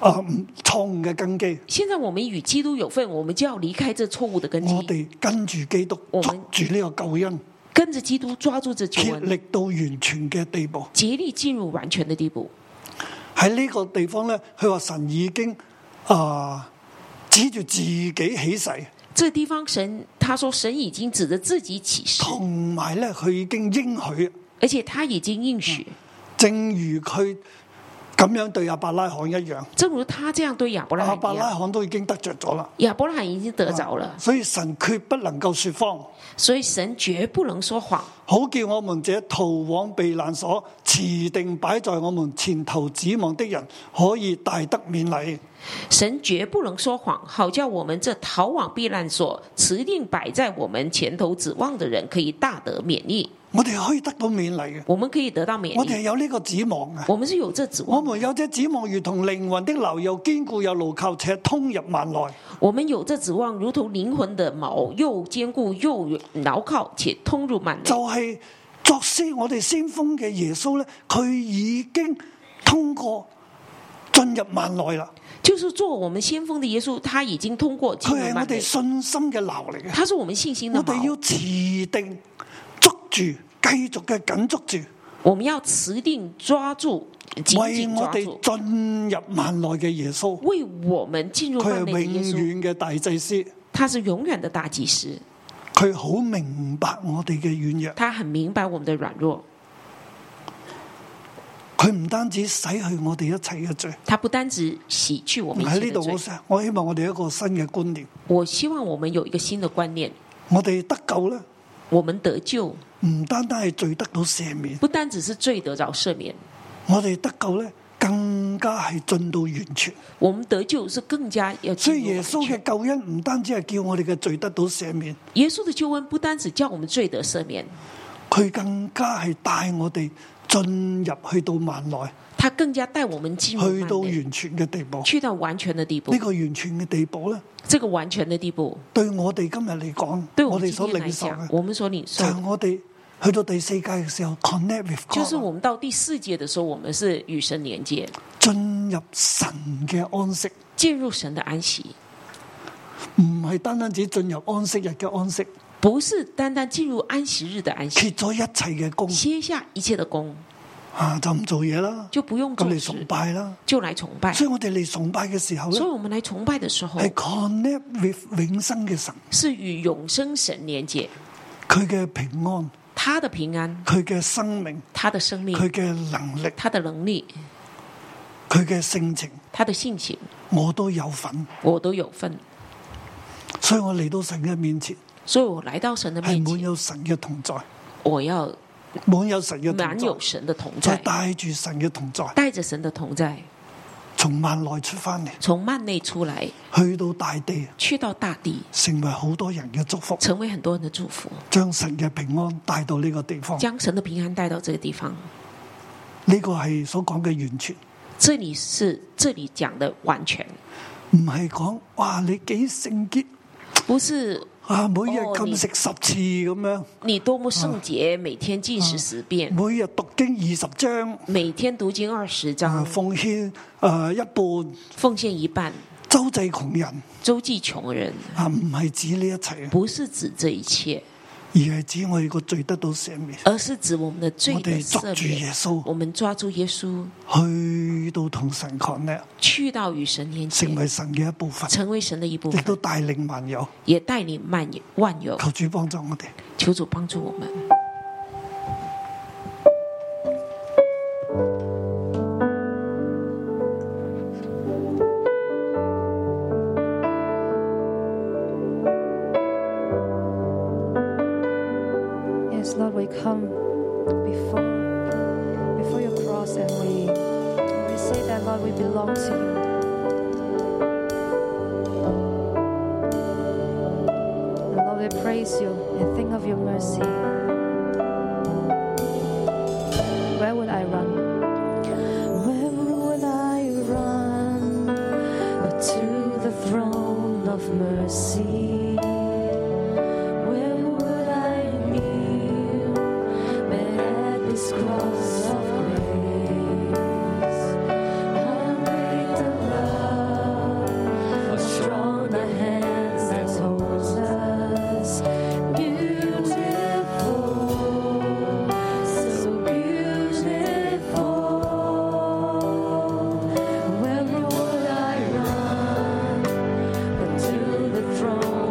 [SPEAKER 2] 啊、嗯錯誤嘅根基。
[SPEAKER 4] 现在我们与基督有份，我们就要离开这错误的根
[SPEAKER 2] 我
[SPEAKER 4] 基，
[SPEAKER 2] 哋跟住基督，
[SPEAKER 4] 我
[SPEAKER 2] 捉
[SPEAKER 4] 們
[SPEAKER 2] 住呢個救恩，
[SPEAKER 4] 跟着基督抓住这救
[SPEAKER 2] 竭
[SPEAKER 4] 恩，
[SPEAKER 2] 力到完全嘅地步。
[SPEAKER 4] 竭力进入完全的地步。
[SPEAKER 2] 喺呢個地方咧，佢話神已經啊、指住自己起誓，
[SPEAKER 4] 这地方神他说神已经指着自己起誓，
[SPEAKER 2] 同埋咧佢已經應許，
[SPEAKER 4] 而且他已经应许，
[SPEAKER 2] 正如佢咁樣對阿伯拉罕一樣，
[SPEAKER 4] 正如他这样对亚伯拉
[SPEAKER 2] 阿
[SPEAKER 4] 罕
[SPEAKER 2] 伯
[SPEAKER 4] 一
[SPEAKER 2] 拉
[SPEAKER 4] 样，
[SPEAKER 2] 罕都已經得着咗啦，
[SPEAKER 4] 亚伯拉罕已经得着了，
[SPEAKER 2] 所以神決不能夠说謊。
[SPEAKER 4] 所以神绝不能说谎，
[SPEAKER 2] 好叫我們這逃往避難所、持定擺在我們前頭指望的人，可以大得勉勵。
[SPEAKER 4] 神绝不能说谎，好叫我们这逃往避难所、持定摆在我们前头指望的人，可以大得免疫。
[SPEAKER 2] 我哋可以得到勉勵嘅，
[SPEAKER 4] 我们可以得到免
[SPEAKER 2] 我哋
[SPEAKER 4] 疫，
[SPEAKER 2] 有呢個指望啊！
[SPEAKER 4] 我们是有这指
[SPEAKER 2] 我
[SPEAKER 4] 望的。
[SPEAKER 2] 們有這指望，如同靈魂的流，又堅固又牢靠，且通入萬內。
[SPEAKER 4] 我们有这指望，如同灵魂的锚，又坚固又牢靠，且通入满
[SPEAKER 2] 就
[SPEAKER 4] 内。
[SPEAKER 2] 係作先我哋先鋒嘅耶穌咧，佢已經通過進入萬內啦。
[SPEAKER 4] 就是做我们先锋的耶稣，他已经通过进
[SPEAKER 2] 佢
[SPEAKER 4] 入
[SPEAKER 2] 係我
[SPEAKER 4] 满
[SPEAKER 2] 哋
[SPEAKER 4] 内，
[SPEAKER 2] 信心嘅牢嚟嘅，
[SPEAKER 4] 他是我们信心的
[SPEAKER 2] 我哋要
[SPEAKER 4] 锚。
[SPEAKER 2] 持定捉住，繼續嘅緊捉住。
[SPEAKER 4] 我们要持定抓住，紧
[SPEAKER 2] 为
[SPEAKER 4] 紧
[SPEAKER 2] 我
[SPEAKER 4] 抓
[SPEAKER 2] 哋
[SPEAKER 4] 住，
[SPEAKER 2] 进入万内嘅耶稣，
[SPEAKER 4] 为我们进入
[SPEAKER 2] 佢
[SPEAKER 4] 万
[SPEAKER 2] 系
[SPEAKER 4] 内的耶稣，
[SPEAKER 2] 永远嘅大祭司，
[SPEAKER 4] 他是永远的大祭司，
[SPEAKER 2] 佢好明白我哋嘅软弱，
[SPEAKER 4] 他很明白我们的软弱，
[SPEAKER 2] 佢唔单止洗去我哋一切嘅罪。
[SPEAKER 4] 他不单只洗去我们一
[SPEAKER 2] 喺
[SPEAKER 4] 切
[SPEAKER 2] 呢
[SPEAKER 4] 的
[SPEAKER 2] 度，
[SPEAKER 4] 罪
[SPEAKER 2] 我。想我希望我哋有一个新嘅观念，
[SPEAKER 4] 我希望我们有一个新的观念，
[SPEAKER 2] 我哋得救咧，
[SPEAKER 4] 我们得救
[SPEAKER 2] 唔单单系罪得到赦免，
[SPEAKER 4] 不单只是罪得着赦免，
[SPEAKER 2] 我哋得救咧更加系进到完全。
[SPEAKER 4] 我们得救是更加要
[SPEAKER 2] 所以
[SPEAKER 4] 进入
[SPEAKER 2] 耶
[SPEAKER 4] 完
[SPEAKER 2] 稣
[SPEAKER 4] 全
[SPEAKER 2] 嘅救恩唔单止系叫我哋嘅罪得到赦免，
[SPEAKER 4] 耶稣的救恩不单只叫我们罪得赦免，
[SPEAKER 2] 佢更加系带我哋进入去到万内，
[SPEAKER 4] 他更加带我们进入
[SPEAKER 2] 去
[SPEAKER 4] 慢
[SPEAKER 2] 到
[SPEAKER 4] 地
[SPEAKER 2] 完全嘅地步。
[SPEAKER 4] 去到完全的地步
[SPEAKER 2] 呢、。個完全嘅地步咧，
[SPEAKER 4] 这个完全的地步，
[SPEAKER 2] 對我哋今日嚟講，
[SPEAKER 4] 对
[SPEAKER 2] 我
[SPEAKER 4] 我们
[SPEAKER 2] 哋所
[SPEAKER 4] 今天来
[SPEAKER 2] 領受
[SPEAKER 4] 讲，
[SPEAKER 2] 嘅
[SPEAKER 4] 我们所领受
[SPEAKER 2] 就
[SPEAKER 4] 的
[SPEAKER 2] 係我哋去到第四屆嘅時候，connect with
[SPEAKER 4] 就是
[SPEAKER 2] God，
[SPEAKER 4] 我们到第四节的时候，我们是与神连接，
[SPEAKER 2] 進入神嘅安息，
[SPEAKER 4] 进入神的安息，
[SPEAKER 2] 唔係單單只進入安息日嘅安息，
[SPEAKER 4] 不是单单进入安息日的安息，
[SPEAKER 2] 歇咗一切嘅功
[SPEAKER 4] 歇下一切的功，
[SPEAKER 2] 啊，就唔做嘢啦，
[SPEAKER 4] 就不用
[SPEAKER 2] 咁
[SPEAKER 4] 做
[SPEAKER 2] 嚟
[SPEAKER 4] 事
[SPEAKER 2] 崇，拜啦。
[SPEAKER 4] 就来崇拜。
[SPEAKER 2] 所以我哋嚟崇拜嘅時候咧
[SPEAKER 4] 所以，我们来崇拜的时候
[SPEAKER 2] 係，connect with 永生嘅神，
[SPEAKER 4] 是与永生神连接，
[SPEAKER 2] 佢嘅平安，
[SPEAKER 4] 他的平安，
[SPEAKER 2] 佢嘅生命，
[SPEAKER 4] 他的生命，
[SPEAKER 2] 佢嘅能力，
[SPEAKER 4] 他的能力，
[SPEAKER 2] 佢嘅性情，
[SPEAKER 4] 他的性情，
[SPEAKER 2] 我都有份。
[SPEAKER 4] 我都有份。
[SPEAKER 2] 所以我嚟到神嘅面前，
[SPEAKER 4] 所以我来到神的
[SPEAKER 2] 係
[SPEAKER 4] 面
[SPEAKER 2] 滿
[SPEAKER 4] 前，
[SPEAKER 2] 哎有神嘅同在，
[SPEAKER 4] 我要
[SPEAKER 2] 滿有神嘅
[SPEAKER 4] 满有
[SPEAKER 2] 同
[SPEAKER 4] 神的同
[SPEAKER 2] 在，
[SPEAKER 4] 在
[SPEAKER 2] 就，帶住神嘅同在，
[SPEAKER 4] 带着神的同在，
[SPEAKER 2] 從萬內出翻嚟，
[SPEAKER 4] 从幔内出来，
[SPEAKER 2] 去到大地，
[SPEAKER 4] 去到大地，
[SPEAKER 2] 成為好多人嘅祝福，
[SPEAKER 4] 成为很多人的祝福。
[SPEAKER 2] 將神嘅平安帶到呢個地方。
[SPEAKER 4] 将神的平安带到这个地方。
[SPEAKER 2] 呢個係所講嘅完全，
[SPEAKER 4] 这里是这里讲的完全，
[SPEAKER 2] 唔係講哇你幾聖潔
[SPEAKER 4] 不是
[SPEAKER 2] 啊，每日
[SPEAKER 4] 哦
[SPEAKER 2] 禁
[SPEAKER 4] 你
[SPEAKER 2] 食十次咁樣。
[SPEAKER 4] 你多么圣洁，每天进食十遍，
[SPEAKER 2] 每日讀經二十章，
[SPEAKER 4] 每天读经二十
[SPEAKER 2] 啊
[SPEAKER 4] 章，
[SPEAKER 2] 奉獻啊一半，
[SPEAKER 4] 奉献一半，
[SPEAKER 2] 周濟窮人
[SPEAKER 4] 周济穷人，
[SPEAKER 2] 啊，唔係指呢一切，啊
[SPEAKER 4] 不是指这一切，
[SPEAKER 2] 而係指我哋個罪得到赦免，
[SPEAKER 4] 而是指我们的罪
[SPEAKER 2] 我
[SPEAKER 4] 的
[SPEAKER 2] 哋捉
[SPEAKER 4] 赦
[SPEAKER 2] 住耶
[SPEAKER 4] 免。
[SPEAKER 2] 穌
[SPEAKER 4] 我们抓住耶稣，
[SPEAKER 2] 去到同神 connect，
[SPEAKER 4] 去到与神连接
[SPEAKER 2] 成，為神嘅一部分，
[SPEAKER 4] 成为神的一部
[SPEAKER 2] 亦都
[SPEAKER 4] 分，
[SPEAKER 2] 帶領萬有。
[SPEAKER 4] 也带领漫游万有。
[SPEAKER 2] 求主幫助我哋。
[SPEAKER 4] 求主帮助我们。
[SPEAKER 5] Yes, Lord, we come before before your cross and we we say that Lord we belong to you. And Lord, we praise you and think of your mercy. Where would I run? Where would I run but to the throne of mercy? Where would I kneel but at this cross of grace? How great the love, how strong the hands that holds us. Beautiful, so beautiful. Where would I run but to the throne?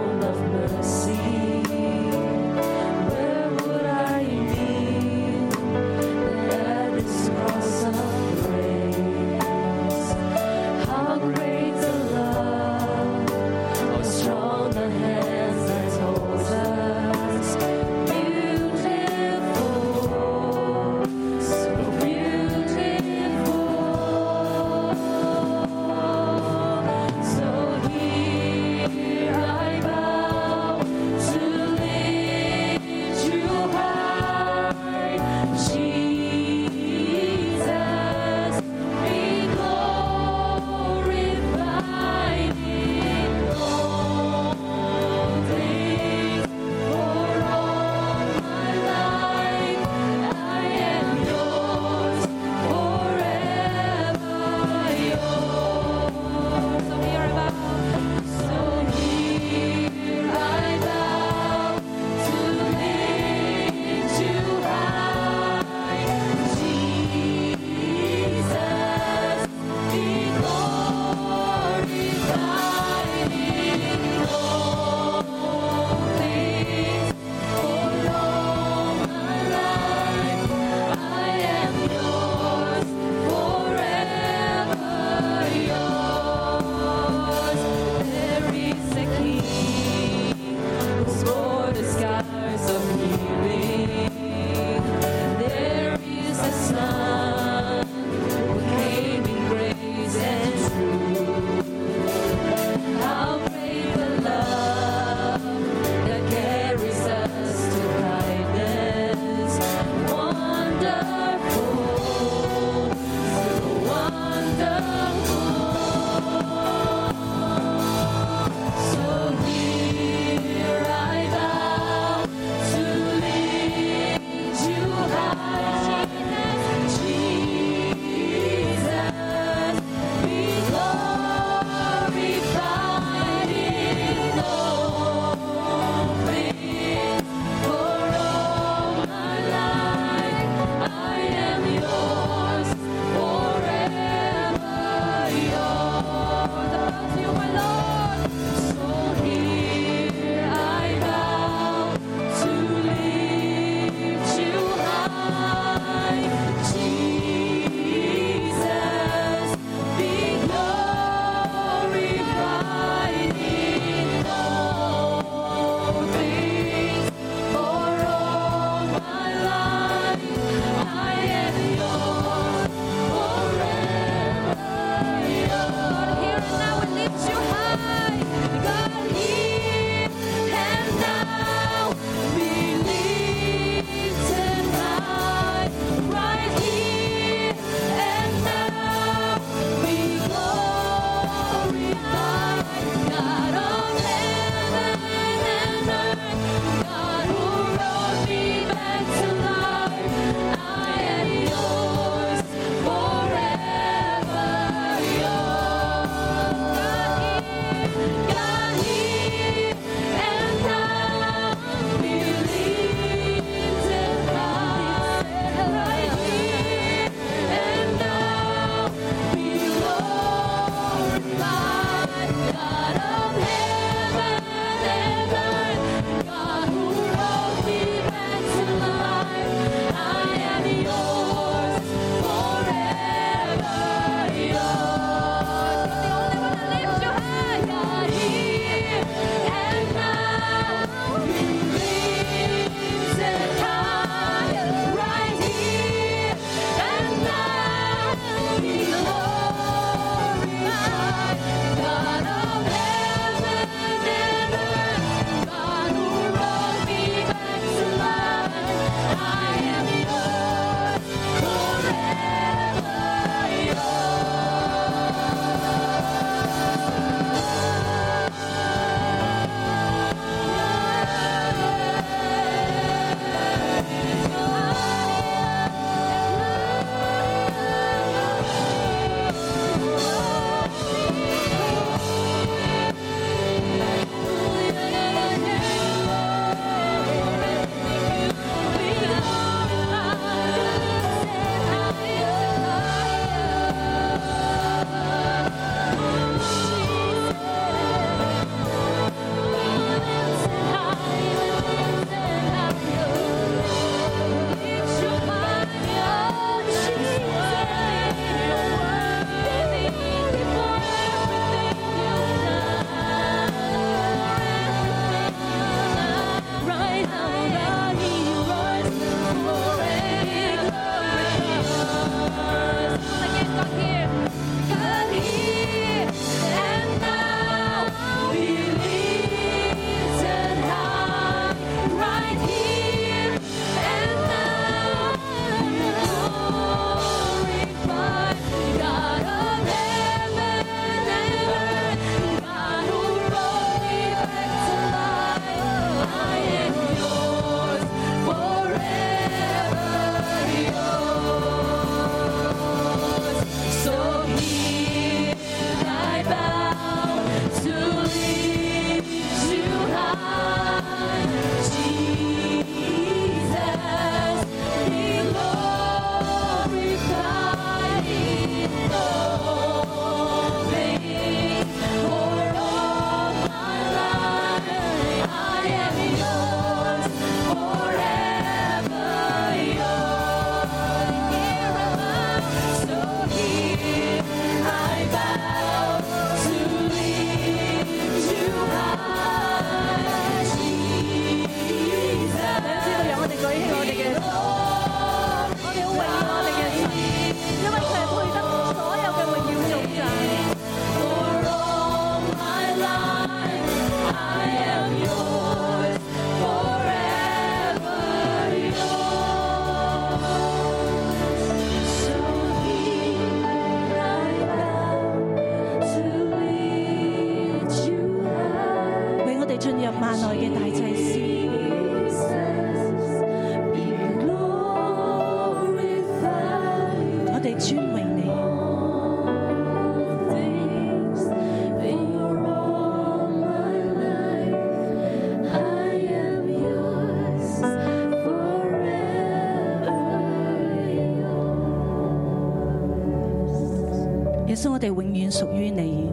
[SPEAKER 6] 穌，我哋永遠屬於你。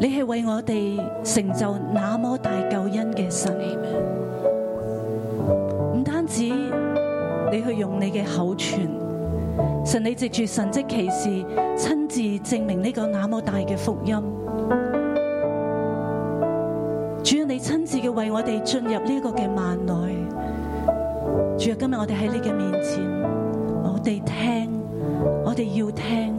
[SPEAKER 6] 你係為我哋成就那麼大救恩嘅神。唔單止你去用你嘅口傳，神你藉住神蹟奇事，親自證明呢個那麼大嘅福音。主啊，你親自嘅為我哋進入呢個嘅萬內。主啊，今日我哋喺你嘅面前，我哋聽，我哋要聽。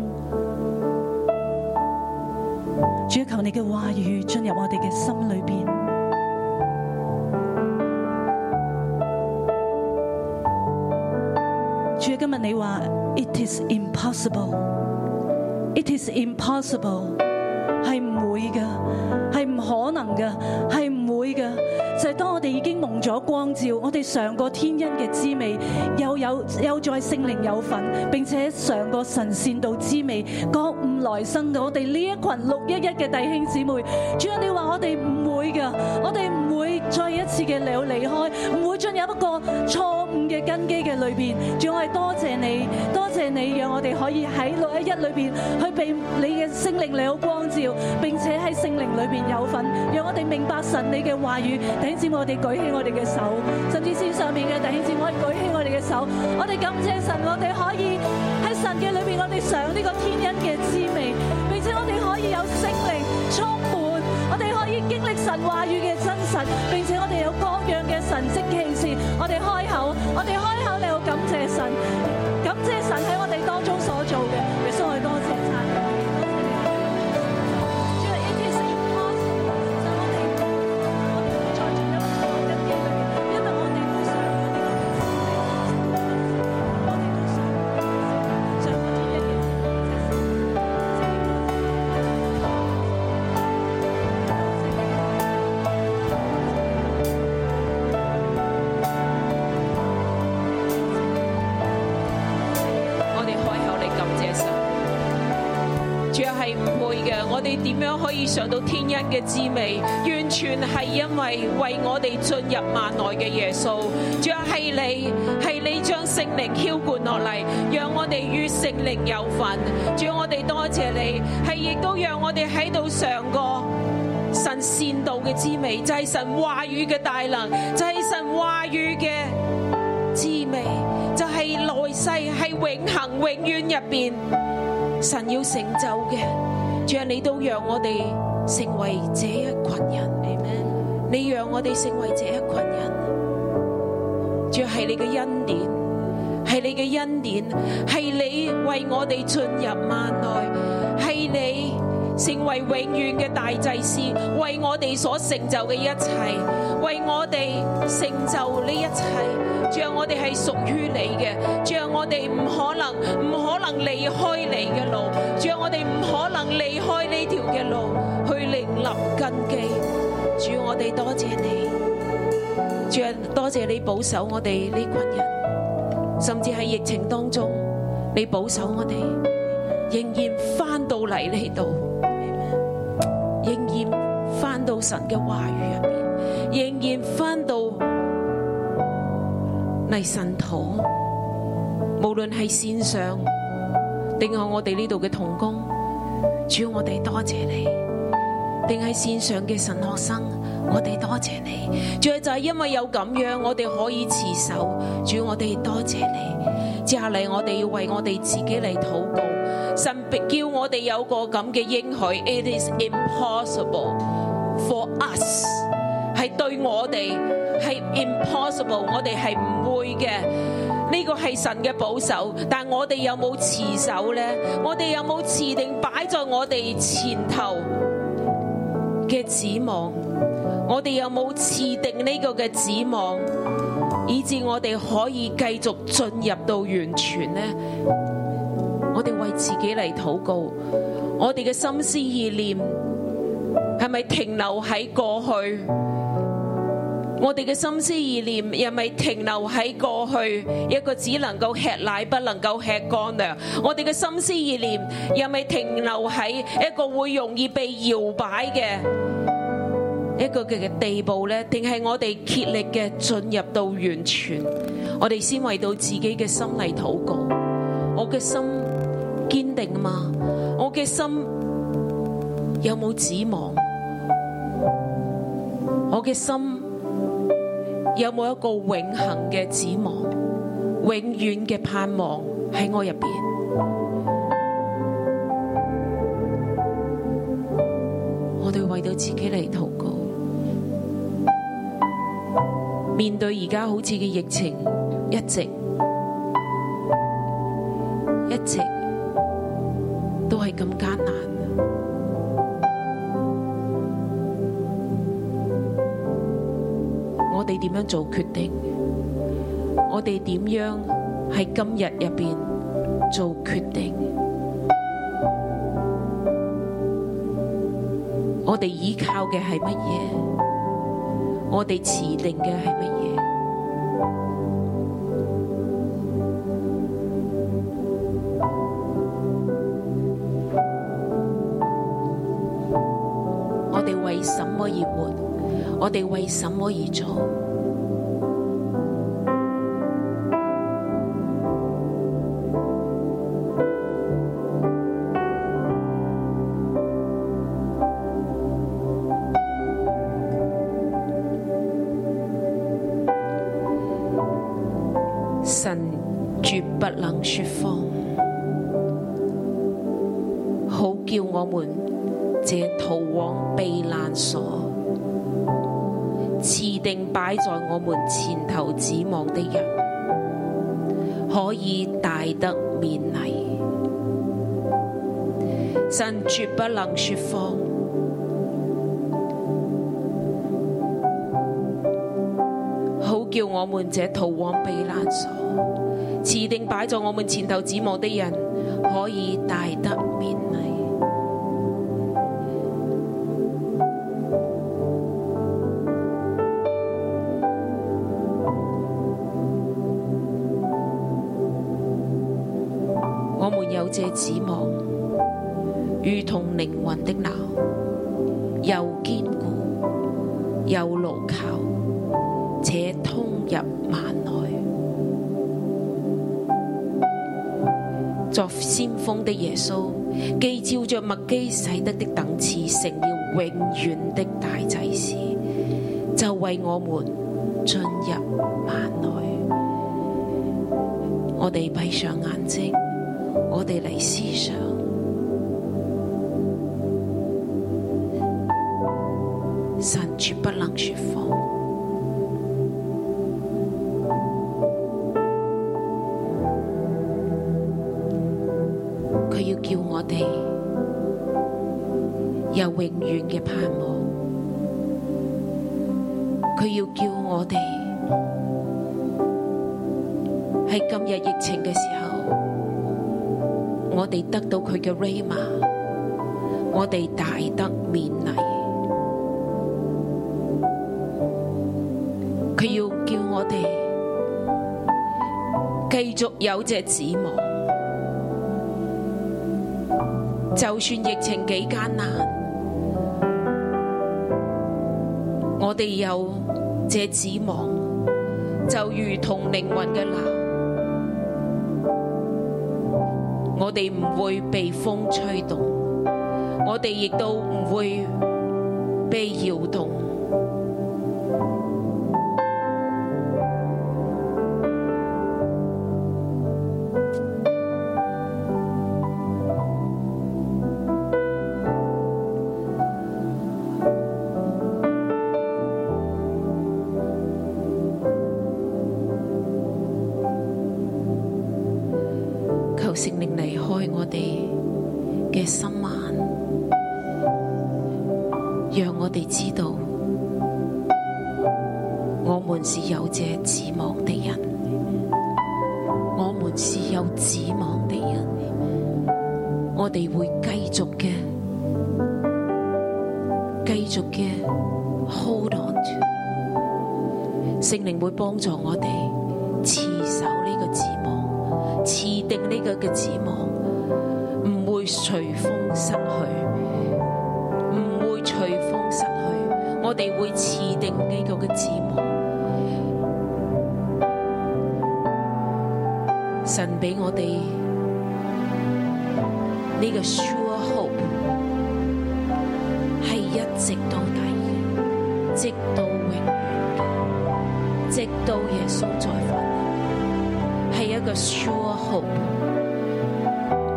[SPEAKER 6] 主啊，求你嘅話語進入我哋嘅心裏邊。主啊，今日你話 It is impossible，It is impossible，係唔會嘅，係唔可能嘅，係唔會嘅。就係、當我哋已經蒙咗光照，我哋嘗過天恩嘅滋味，又有又在聖靈有份，並且嘗過神善道滋味，覺悟來生嘅。我哋呢一群六一一嘅弟兄姊妹，主啊，你話我哋唔會嘅，我哋唔會再一次嘅了離開，唔會進入一個錯。錯誤嘅根基嘅裏邊，仲我係多謝你，多謝你讓我哋可以喺六一一裏邊去被你嘅聖靈你好光照，並且喺聖靈裏邊有份，讓我哋明白神你嘅話語。弟兄姊妹，我哋舉起我哋嘅手，甚至線上面嘅弟兄姊妹，我哋舉起我哋嘅手，我哋感謝神，我哋可以喺神嘅裏邊，我哋嘗呢個天恩嘅滋味，並且我哋可以有聖靈充滿，我哋可以經歷神話語嘅真實，並且我哋有各樣嘅神蹟奇事，我哋開口，我哋開口你好感謝神，感謝神喺我哋當中所做嘅，耶穌我哋多謝讚美你多謝你主啊，it is impossible，神我哋我哋唔再進入一個根基裏面，因為我哋都想要呢個嘅真理我哋都想想要呢一樣
[SPEAKER 4] 我哋開口嚟感謝神。主要係唔會嘅，我哋點樣可以上到天恩嘅滋味？完全係因為為我哋進入萬內嘅耶穌。主要係你，係你將聖靈澆灌落嚟，讓我哋與聖靈有份。主要我哋多謝你，係亦都讓我哋喺度嘗過。神善道嘅滋味，就係、神話語嘅大能，就係、神話語嘅滋味，就係、來世係永恆永遠入邊神要成就嘅。主啊，你都讓我哋成為這一群人，Amen。你讓我哋成為這一群人，主要係你嘅恩典，係你嘅恩典，係你為我哋進入萬內，係你成為永遠嘅大祭司，為我哋所成就嘅一切，為我哋成就呢一切。主啊，我哋係屬於你嘅，主啊，我哋唔可能唔可能離開你嘅路，主啊，我哋唔可能離開呢條嘅路去另立根基。主啊，我哋多謝你。主啊，多謝你保守我哋呢群人，甚至喺疫情當中，你保守我哋，仍然翻到嚟呢度，仍然翻到神嘅話語入邊，仍然翻到嚟神土，無論係線上定係我哋呢度嘅童工，主要我哋多謝你。定係線上嘅神學生，我哋多謝你。主要就係因為有咁樣，我哋可以持守。主要我哋多謝你。接下嚟我哋要為我哋自己嚟禱告。神叫我哋有個咁嘅應許，It is impossible for us，係對我哋係 impossible，我哋係唔會嘅。呢個係神嘅保守，但我哋有冇持守呢？我哋有冇持定擺在我哋前頭？嘅指望，我哋有冇持定呢個嘅指望，以致我哋可以繼續進入到完全呢？我哋為自己嚟禱告，我哋嘅心思意念係咪停留喺過去？我哋嘅心思意念係咪停留喺過去一個只能夠吃奶不能夠吃乾糧？我哋嘅心思意念係咪停留喺一個會容易被搖擺嘅？一個嘅地步呢，定係我哋竭力嘅進入到完全，我哋先為到自己嘅心嚟禱告。我嘅心堅定啊嘛？我嘅心有冇指望？我嘅心有冇一個永恆嘅指望、永遠嘅盼望喺我入邊？我哋為到自己嚟禱告。面對而家好似嘅疫情，一直一直都係咁艱難。我哋點樣做決定？我哋點樣喺今日入邊做決定？我哋依靠嘅係乜嘢？我哋持定嘅係乜嘢？我哋為什麼而活？我哋為什麼而做？神絕不能說謊，好叫我們這逃往避難所，持定擺在我們前頭指望的人，可以大得勉勵。神絕不能說謊。好叫我們這逃往避難所，持定擺在我們前頭指望的人，可以大得勉勵。我們有這指望，如同靈魂的錨，又堅固又牢靠。且通入幔內。作先鋒的耶穌，既照着麥基洗德的等次，成了永遠的大祭司，就為我們進入幔內。我哋閉上眼睛，我哋嚟思想。神絕不能說謊。佢要叫我哋有永遠嘅盼望，佢要叫我哋喺今日疫情嘅時候，我哋得到佢嘅 rama，我哋大得勉勵。佢要叫我哋繼續有隻指望。就算疫情幾艱難，我哋有這指望，就如同靈魂嘅錨，我哋唔會被風吹動，我哋亦都唔會被搖動。求聖靈離開我哋嘅心眼，讓我哋知道，我們是有這指望的人，我們是有指望的人，我哋會繼續嘅，繼續嘅 hold on to，聖靈會幫助我哋持守呢個指望。持定呢個嘅指望，唔會隨風失去，唔會隨風失去。我哋會持定呢個嘅指望。神俾我哋
[SPEAKER 7] 呢個 sure hope 係一直到底，直到永遠，直到耶穌再返嚟，係一個 sure hope。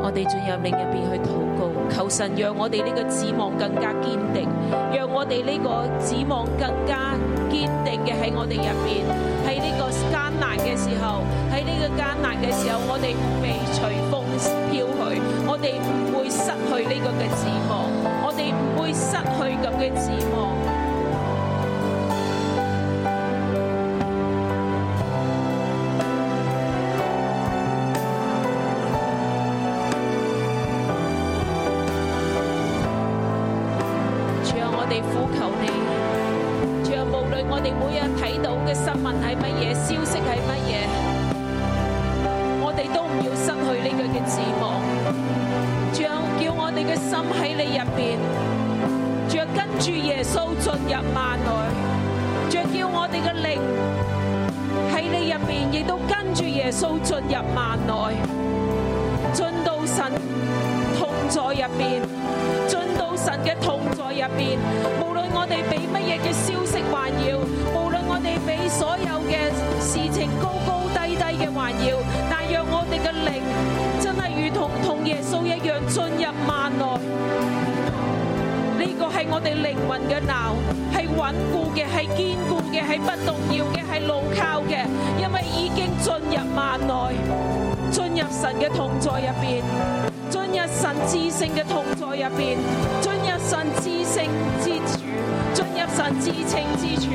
[SPEAKER 7] 我哋進入另一邊去禱告，求神讓我哋呢個指望更加堅定，讓我哋呢個指望更加堅定嘅喺我哋入邊，喺呢個艱難嘅時候，喺呢個艱難嘅時候，我哋唔被隨風飄去，我哋唔會失去呢個嘅指望，我哋唔會失去咁嘅指望。主啊，我哋苦求你。主啊，無論我哋每日睇到嘅新聞係乜嘢，消息係乜嘢，我哋都唔要失去呢個嘅指望。主啊，叫我哋嘅心喺你入邊，主啊，跟住耶穌進入萬內，主啊，叫我哋嘅靈喺你入邊，亦都跟住耶穌進入萬內，進到神同在入邊。進到神嘅同在入邊，無論我哋俾乜嘢嘅消息環繞，無論我哋俾所有嘅事情高高低低嘅環繞，但讓我哋嘅靈真係如同同耶穌一樣進入萬內。呢個係我哋靈魂嘅鬧，係穩固嘅，係堅固嘅，係不動搖嘅，係牢靠嘅，因為已經進入萬內，進入神嘅同在入邊。进入神至性嘅同在入边，进入神至性之處，进入神至情之處。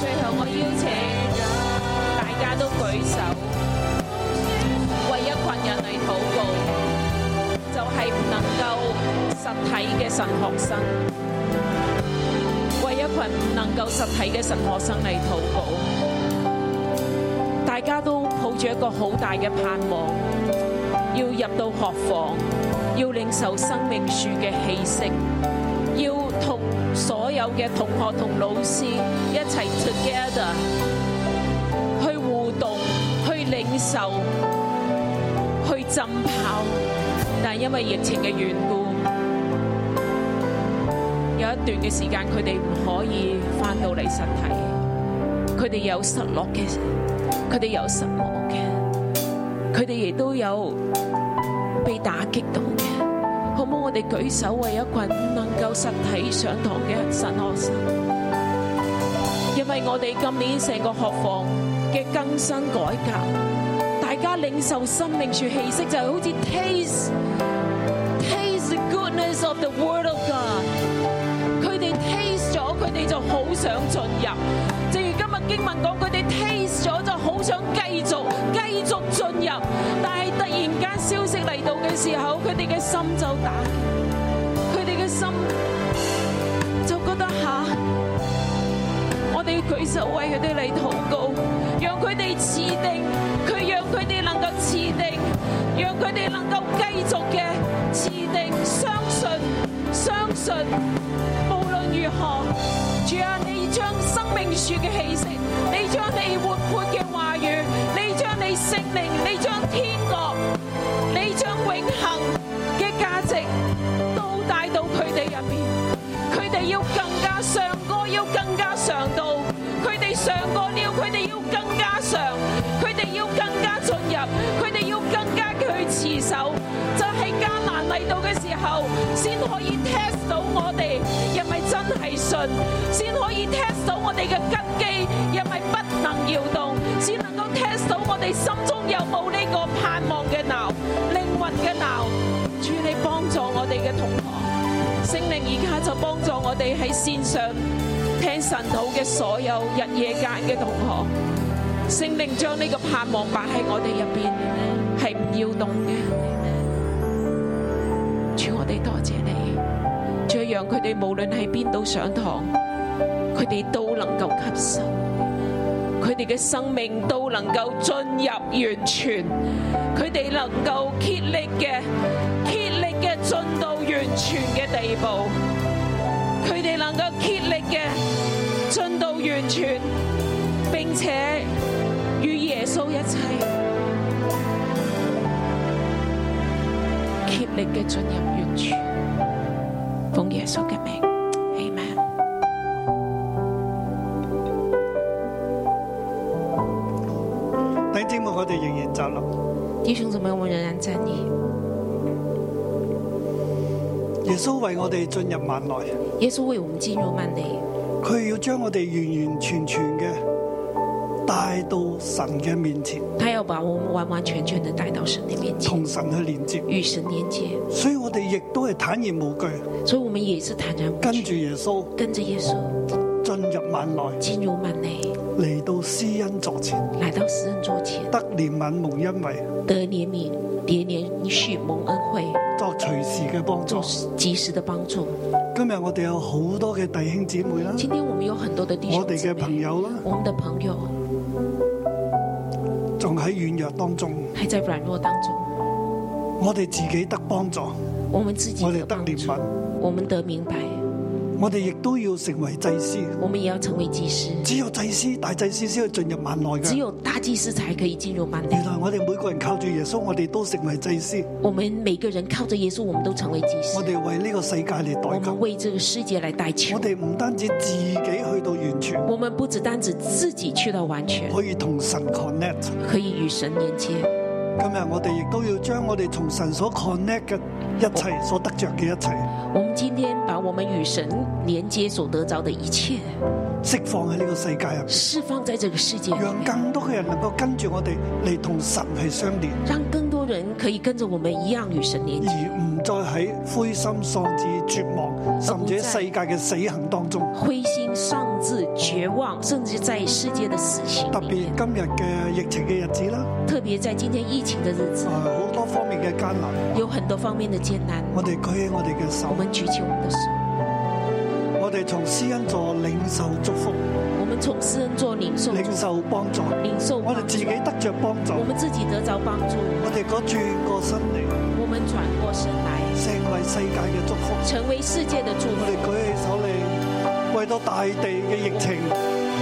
[SPEAKER 7] 最後我邀請大家都舉手，為一群人嚟禱告，就係唔能夠實體嘅神學生，為一群唔能夠實體嘅神學生嚟禱告，大家都抱住一個好大嘅盼望，要入到學房，要領受生命樹嘅氣息。要同所有嘅同學同老師一齊 together 去互動、去領受、去浸泡，但係因為疫情嘅緣故，有一段嘅時間佢哋唔可以翻到嚟實體，佢哋有失落嘅，佢哋有失望嘅，佢哋亦都有被打擊到嘅。好唔好？我哋舉手為一群唔能夠實體上堂嘅神學生，因為我哋今年成個學房嘅更新改革，大家領受生命樹氣息就係好似 taste taste the goodness of the word of God，佢哋 taste 咗，佢哋就好想進入。正如今日經文講，佢哋 taste 咗就好想繼續繼續進入，但係突然間消息嚟到嘅時候，佢哋嘅心就打結，佢哋嘅心就覺得吓。我哋舉手為佢哋嚟禱告，讓佢哋持定，佢讓佢哋能夠持定，讓佢哋能夠繼續嘅持定，相信，相信，無論如何，主啊，你將生命樹嘅氣息，你將你活潑嘅話語，你將你聖靈，你將天國，你將永恆嘅價值。到大
[SPEAKER 6] 信，先可以 test 到我哋嘅根基有咪不能搖動，先能夠 test 到我哋心中有冇呢個盼望嘅錨、靈魂嘅錨。主你幫助我哋嘅同學，聖靈而家就幫助我哋喺線上聽神道嘅所有日夜間嘅同學。聖靈將呢個盼望擺喺我哋入邊，係唔搖動嘅。主，我哋多謝你，主讓佢哋無論喺邊度上堂，佢哋都能夠吸收，佢哋嘅生命都能夠進入完全，佢哋能夠竭力嘅、竭力嘅進到完全嘅地步，佢哋能夠竭力嘅進到完全，並且與耶穌一齊。竭力嘅進入完全，奉耶穌嘅名，Amen。
[SPEAKER 2] 弟兄姊妹，我哋仍然站立。
[SPEAKER 4] 弟兄姊妹，我们仍然站立。
[SPEAKER 2] 耶穌為我哋進入萬內，
[SPEAKER 4] 耶穌为我们进入幔内，
[SPEAKER 2] 佢要將我哋完完全全嘅帶到神嘅面前，
[SPEAKER 4] 他要把我们完完全全的带到神的面前，
[SPEAKER 2] 同神去連接。
[SPEAKER 4] 与神连接。
[SPEAKER 2] 所以我哋亦都係坦然無懼，
[SPEAKER 4] 所以我们也是坦然无
[SPEAKER 2] 跟
[SPEAKER 4] 惧，
[SPEAKER 2] 住耶穌
[SPEAKER 4] 跟着耶穌
[SPEAKER 2] 進入萬內，
[SPEAKER 4] 进入幔内，
[SPEAKER 2] 嚟到施恩座前，
[SPEAKER 4] 來到施恩座前，
[SPEAKER 2] 得憐憫蒙恩惠，
[SPEAKER 4] 得怜悯、得怜恤、蒙恩惠，
[SPEAKER 2] 作隨時嘅幫助
[SPEAKER 4] 做。及时的帮助。
[SPEAKER 2] 今日我哋有好多嘅弟兄姊妹啦，
[SPEAKER 4] 今天我们有很多的弟兄
[SPEAKER 2] 我哋
[SPEAKER 4] 姊
[SPEAKER 2] 嘅
[SPEAKER 4] 妹
[SPEAKER 2] 朋，友啦，
[SPEAKER 4] 我们的朋友
[SPEAKER 2] 仲喺軟弱當中，
[SPEAKER 4] 还在软弱当中，
[SPEAKER 2] 我哋自己得幫助，
[SPEAKER 4] 我们自己
[SPEAKER 2] 我哋得
[SPEAKER 4] 帮
[SPEAKER 2] 憐
[SPEAKER 4] 助，
[SPEAKER 2] 憫，
[SPEAKER 4] 我们得明白，
[SPEAKER 2] 我哋亦都要成為祭司。
[SPEAKER 4] 我们也要成為祭司。
[SPEAKER 2] 只有祭司、大祭司先可以進入萬內
[SPEAKER 4] 只
[SPEAKER 2] 嘅。
[SPEAKER 4] 有大祭司才可以进入幔内
[SPEAKER 2] 原。來我哋每個人靠住耶穌，我哋都成為祭司，
[SPEAKER 4] 我们每個人靠着耶穌，我們都成為祭司
[SPEAKER 2] 我。哋為呢個世界嚟
[SPEAKER 4] 我
[SPEAKER 2] 代
[SPEAKER 4] 們
[SPEAKER 2] 求。
[SPEAKER 4] 為這個世界來代求
[SPEAKER 2] 我。哋唔單止自己去到完全，
[SPEAKER 4] 我们不只单指自己去到完全，
[SPEAKER 2] 可以同神 connect。
[SPEAKER 4] 可以與神連接。
[SPEAKER 2] 今日我哋亦都要將我哋同神所 connect 嘅一切，所得着嘅一切，
[SPEAKER 4] 我們今天把我們與神連接所得着的一切，
[SPEAKER 2] 釋放喺呢個世界入邊，
[SPEAKER 4] 釋放在這個世界裏
[SPEAKER 2] 讓
[SPEAKER 4] 面，
[SPEAKER 2] 更多嘅人能夠跟住我哋嚟同神去相連，
[SPEAKER 4] 讓更多人可以跟着我們一樣與神連接，
[SPEAKER 2] 而唔再喺灰心喪志、絕望，甚至喺世界嘅死行當中。
[SPEAKER 4] 灰心喪志、絕望，甚至在世界的死刑
[SPEAKER 2] 特
[SPEAKER 4] 裏
[SPEAKER 2] 別
[SPEAKER 4] 面。
[SPEAKER 2] 今日嘅疫情嘅日子啦，
[SPEAKER 4] 特別在今天疫情的日子
[SPEAKER 2] 啊，好多方面嘅艱難。
[SPEAKER 4] 有很多方面的艱難。
[SPEAKER 2] 我哋舉起我哋嘅手
[SPEAKER 4] 我，們舉起我們的手，
[SPEAKER 2] 我哋從施恩座領受祝福，
[SPEAKER 4] 我們從施恩座領受
[SPEAKER 2] 領受幫助，
[SPEAKER 4] 領受
[SPEAKER 2] 我
[SPEAKER 4] 幫
[SPEAKER 2] 哋自
[SPEAKER 4] 助
[SPEAKER 2] 己，得着幫助
[SPEAKER 4] 我，們自己得着幫助，
[SPEAKER 2] 我哋嗰轉過身嚟，
[SPEAKER 4] 我們轉過身來，
[SPEAKER 2] 成為世界嘅祝福。
[SPEAKER 4] 成為世界的祝
[SPEAKER 2] 我
[SPEAKER 4] 福
[SPEAKER 2] 哋。舉起手嚟，為到大地嘅疫情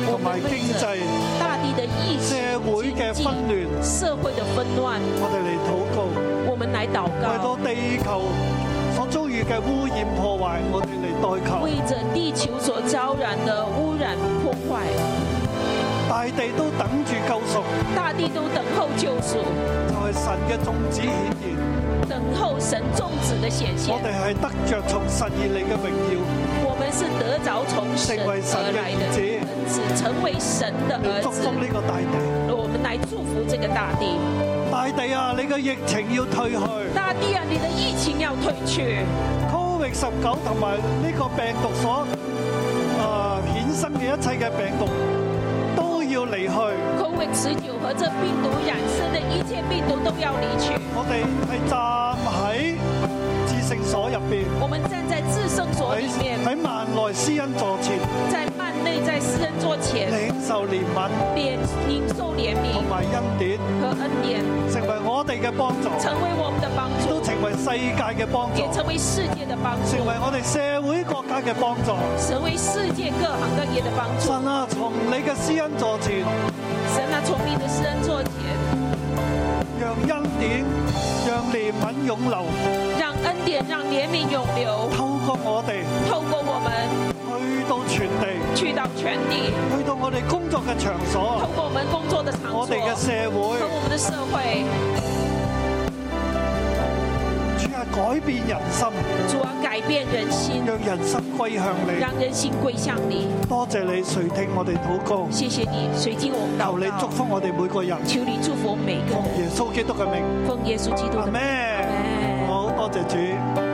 [SPEAKER 2] 同埋經濟
[SPEAKER 4] 大地的疫情、
[SPEAKER 2] 社會嘅紛亂，
[SPEAKER 4] 社會的紛亂，
[SPEAKER 2] 我哋嚟禱告；
[SPEAKER 4] 我們來禱
[SPEAKER 2] 為
[SPEAKER 4] 告
[SPEAKER 2] 到，地球所遭遇嘅污染破壞，我哋嚟代求。
[SPEAKER 4] 為着地球所招染的污染破壞，
[SPEAKER 2] 大地都等住救贖，
[SPEAKER 4] 大地都等候救贖，
[SPEAKER 2] 就係神嘅眾子顯現。
[SPEAKER 4] 等候神眾子的顯現
[SPEAKER 2] 我。哋係得着從神而嚟嘅榮耀。
[SPEAKER 4] 我們是得着從神而來的兒子，成為神的
[SPEAKER 2] 嚟
[SPEAKER 4] 兒
[SPEAKER 2] 祝
[SPEAKER 4] 子
[SPEAKER 2] 福。呢個大地。
[SPEAKER 4] 我們來祝福這個大地，
[SPEAKER 2] 大地啊，你嘅疫情要退去
[SPEAKER 4] 大地啊，你的疫情要退去
[SPEAKER 2] ，Covid 十九同埋呢個病毒所啊衍生嘅一切嘅病毒都要離去。
[SPEAKER 4] ，COVID 十九和這病毒染生的一切病毒都要離去。
[SPEAKER 2] 我哋係站喺至聖所入邊，
[SPEAKER 4] 我們站在至聖所裏面
[SPEAKER 2] 喺。喺萬內施恩座前
[SPEAKER 4] 在幔内，在施恩座前，
[SPEAKER 2] 領受憐憫
[SPEAKER 4] 领领受怜悯
[SPEAKER 2] 同埋恩典，
[SPEAKER 4] 和恩典，
[SPEAKER 2] 成為我哋嘅幫助，
[SPEAKER 4] 成為我们的幫
[SPEAKER 2] 都
[SPEAKER 4] 助，
[SPEAKER 2] 成為世界嘅幫助
[SPEAKER 4] 也，成為世界的幫助
[SPEAKER 2] 成，為我哋社會國家嘅幫助。
[SPEAKER 4] 成為世界各行各業的幫助。
[SPEAKER 2] 神啊，從你嘅施恩座前。
[SPEAKER 4] 神啊，從你的施恩座前，
[SPEAKER 2] 让恩典、让怜悯涌流，
[SPEAKER 4] 让恩典、让怜悯永流，
[SPEAKER 2] 透过我哋
[SPEAKER 4] 透過我們
[SPEAKER 2] 去到全地，
[SPEAKER 4] 去到全地，
[SPEAKER 2] 去到我哋工作嘅场
[SPEAKER 4] 透
[SPEAKER 2] 所，
[SPEAKER 4] 過我們工作的場
[SPEAKER 2] 哦
[SPEAKER 4] 所
[SPEAKER 2] 我哋嘅社
[SPEAKER 4] 和
[SPEAKER 2] 会。
[SPEAKER 4] 我們的社會。
[SPEAKER 2] 主啊，改變人心，
[SPEAKER 4] 主啊，改变人心，
[SPEAKER 2] 讓人心歸向你。
[SPEAKER 4] 让人心归向你。
[SPEAKER 2] 多謝你垂聽我哋禱告，
[SPEAKER 4] 谢谢你，随即我们祷
[SPEAKER 2] 求你祝
[SPEAKER 4] 告，
[SPEAKER 2] 福我哋每個人，
[SPEAKER 4] 求你祝福我们每个
[SPEAKER 2] 奉
[SPEAKER 4] 人，
[SPEAKER 2] 耶穌基督嘅名，
[SPEAKER 4] 奉耶稣基督
[SPEAKER 2] 阿
[SPEAKER 4] 的名。
[SPEAKER 2] 咩？
[SPEAKER 4] Amen
[SPEAKER 2] 好多謝主。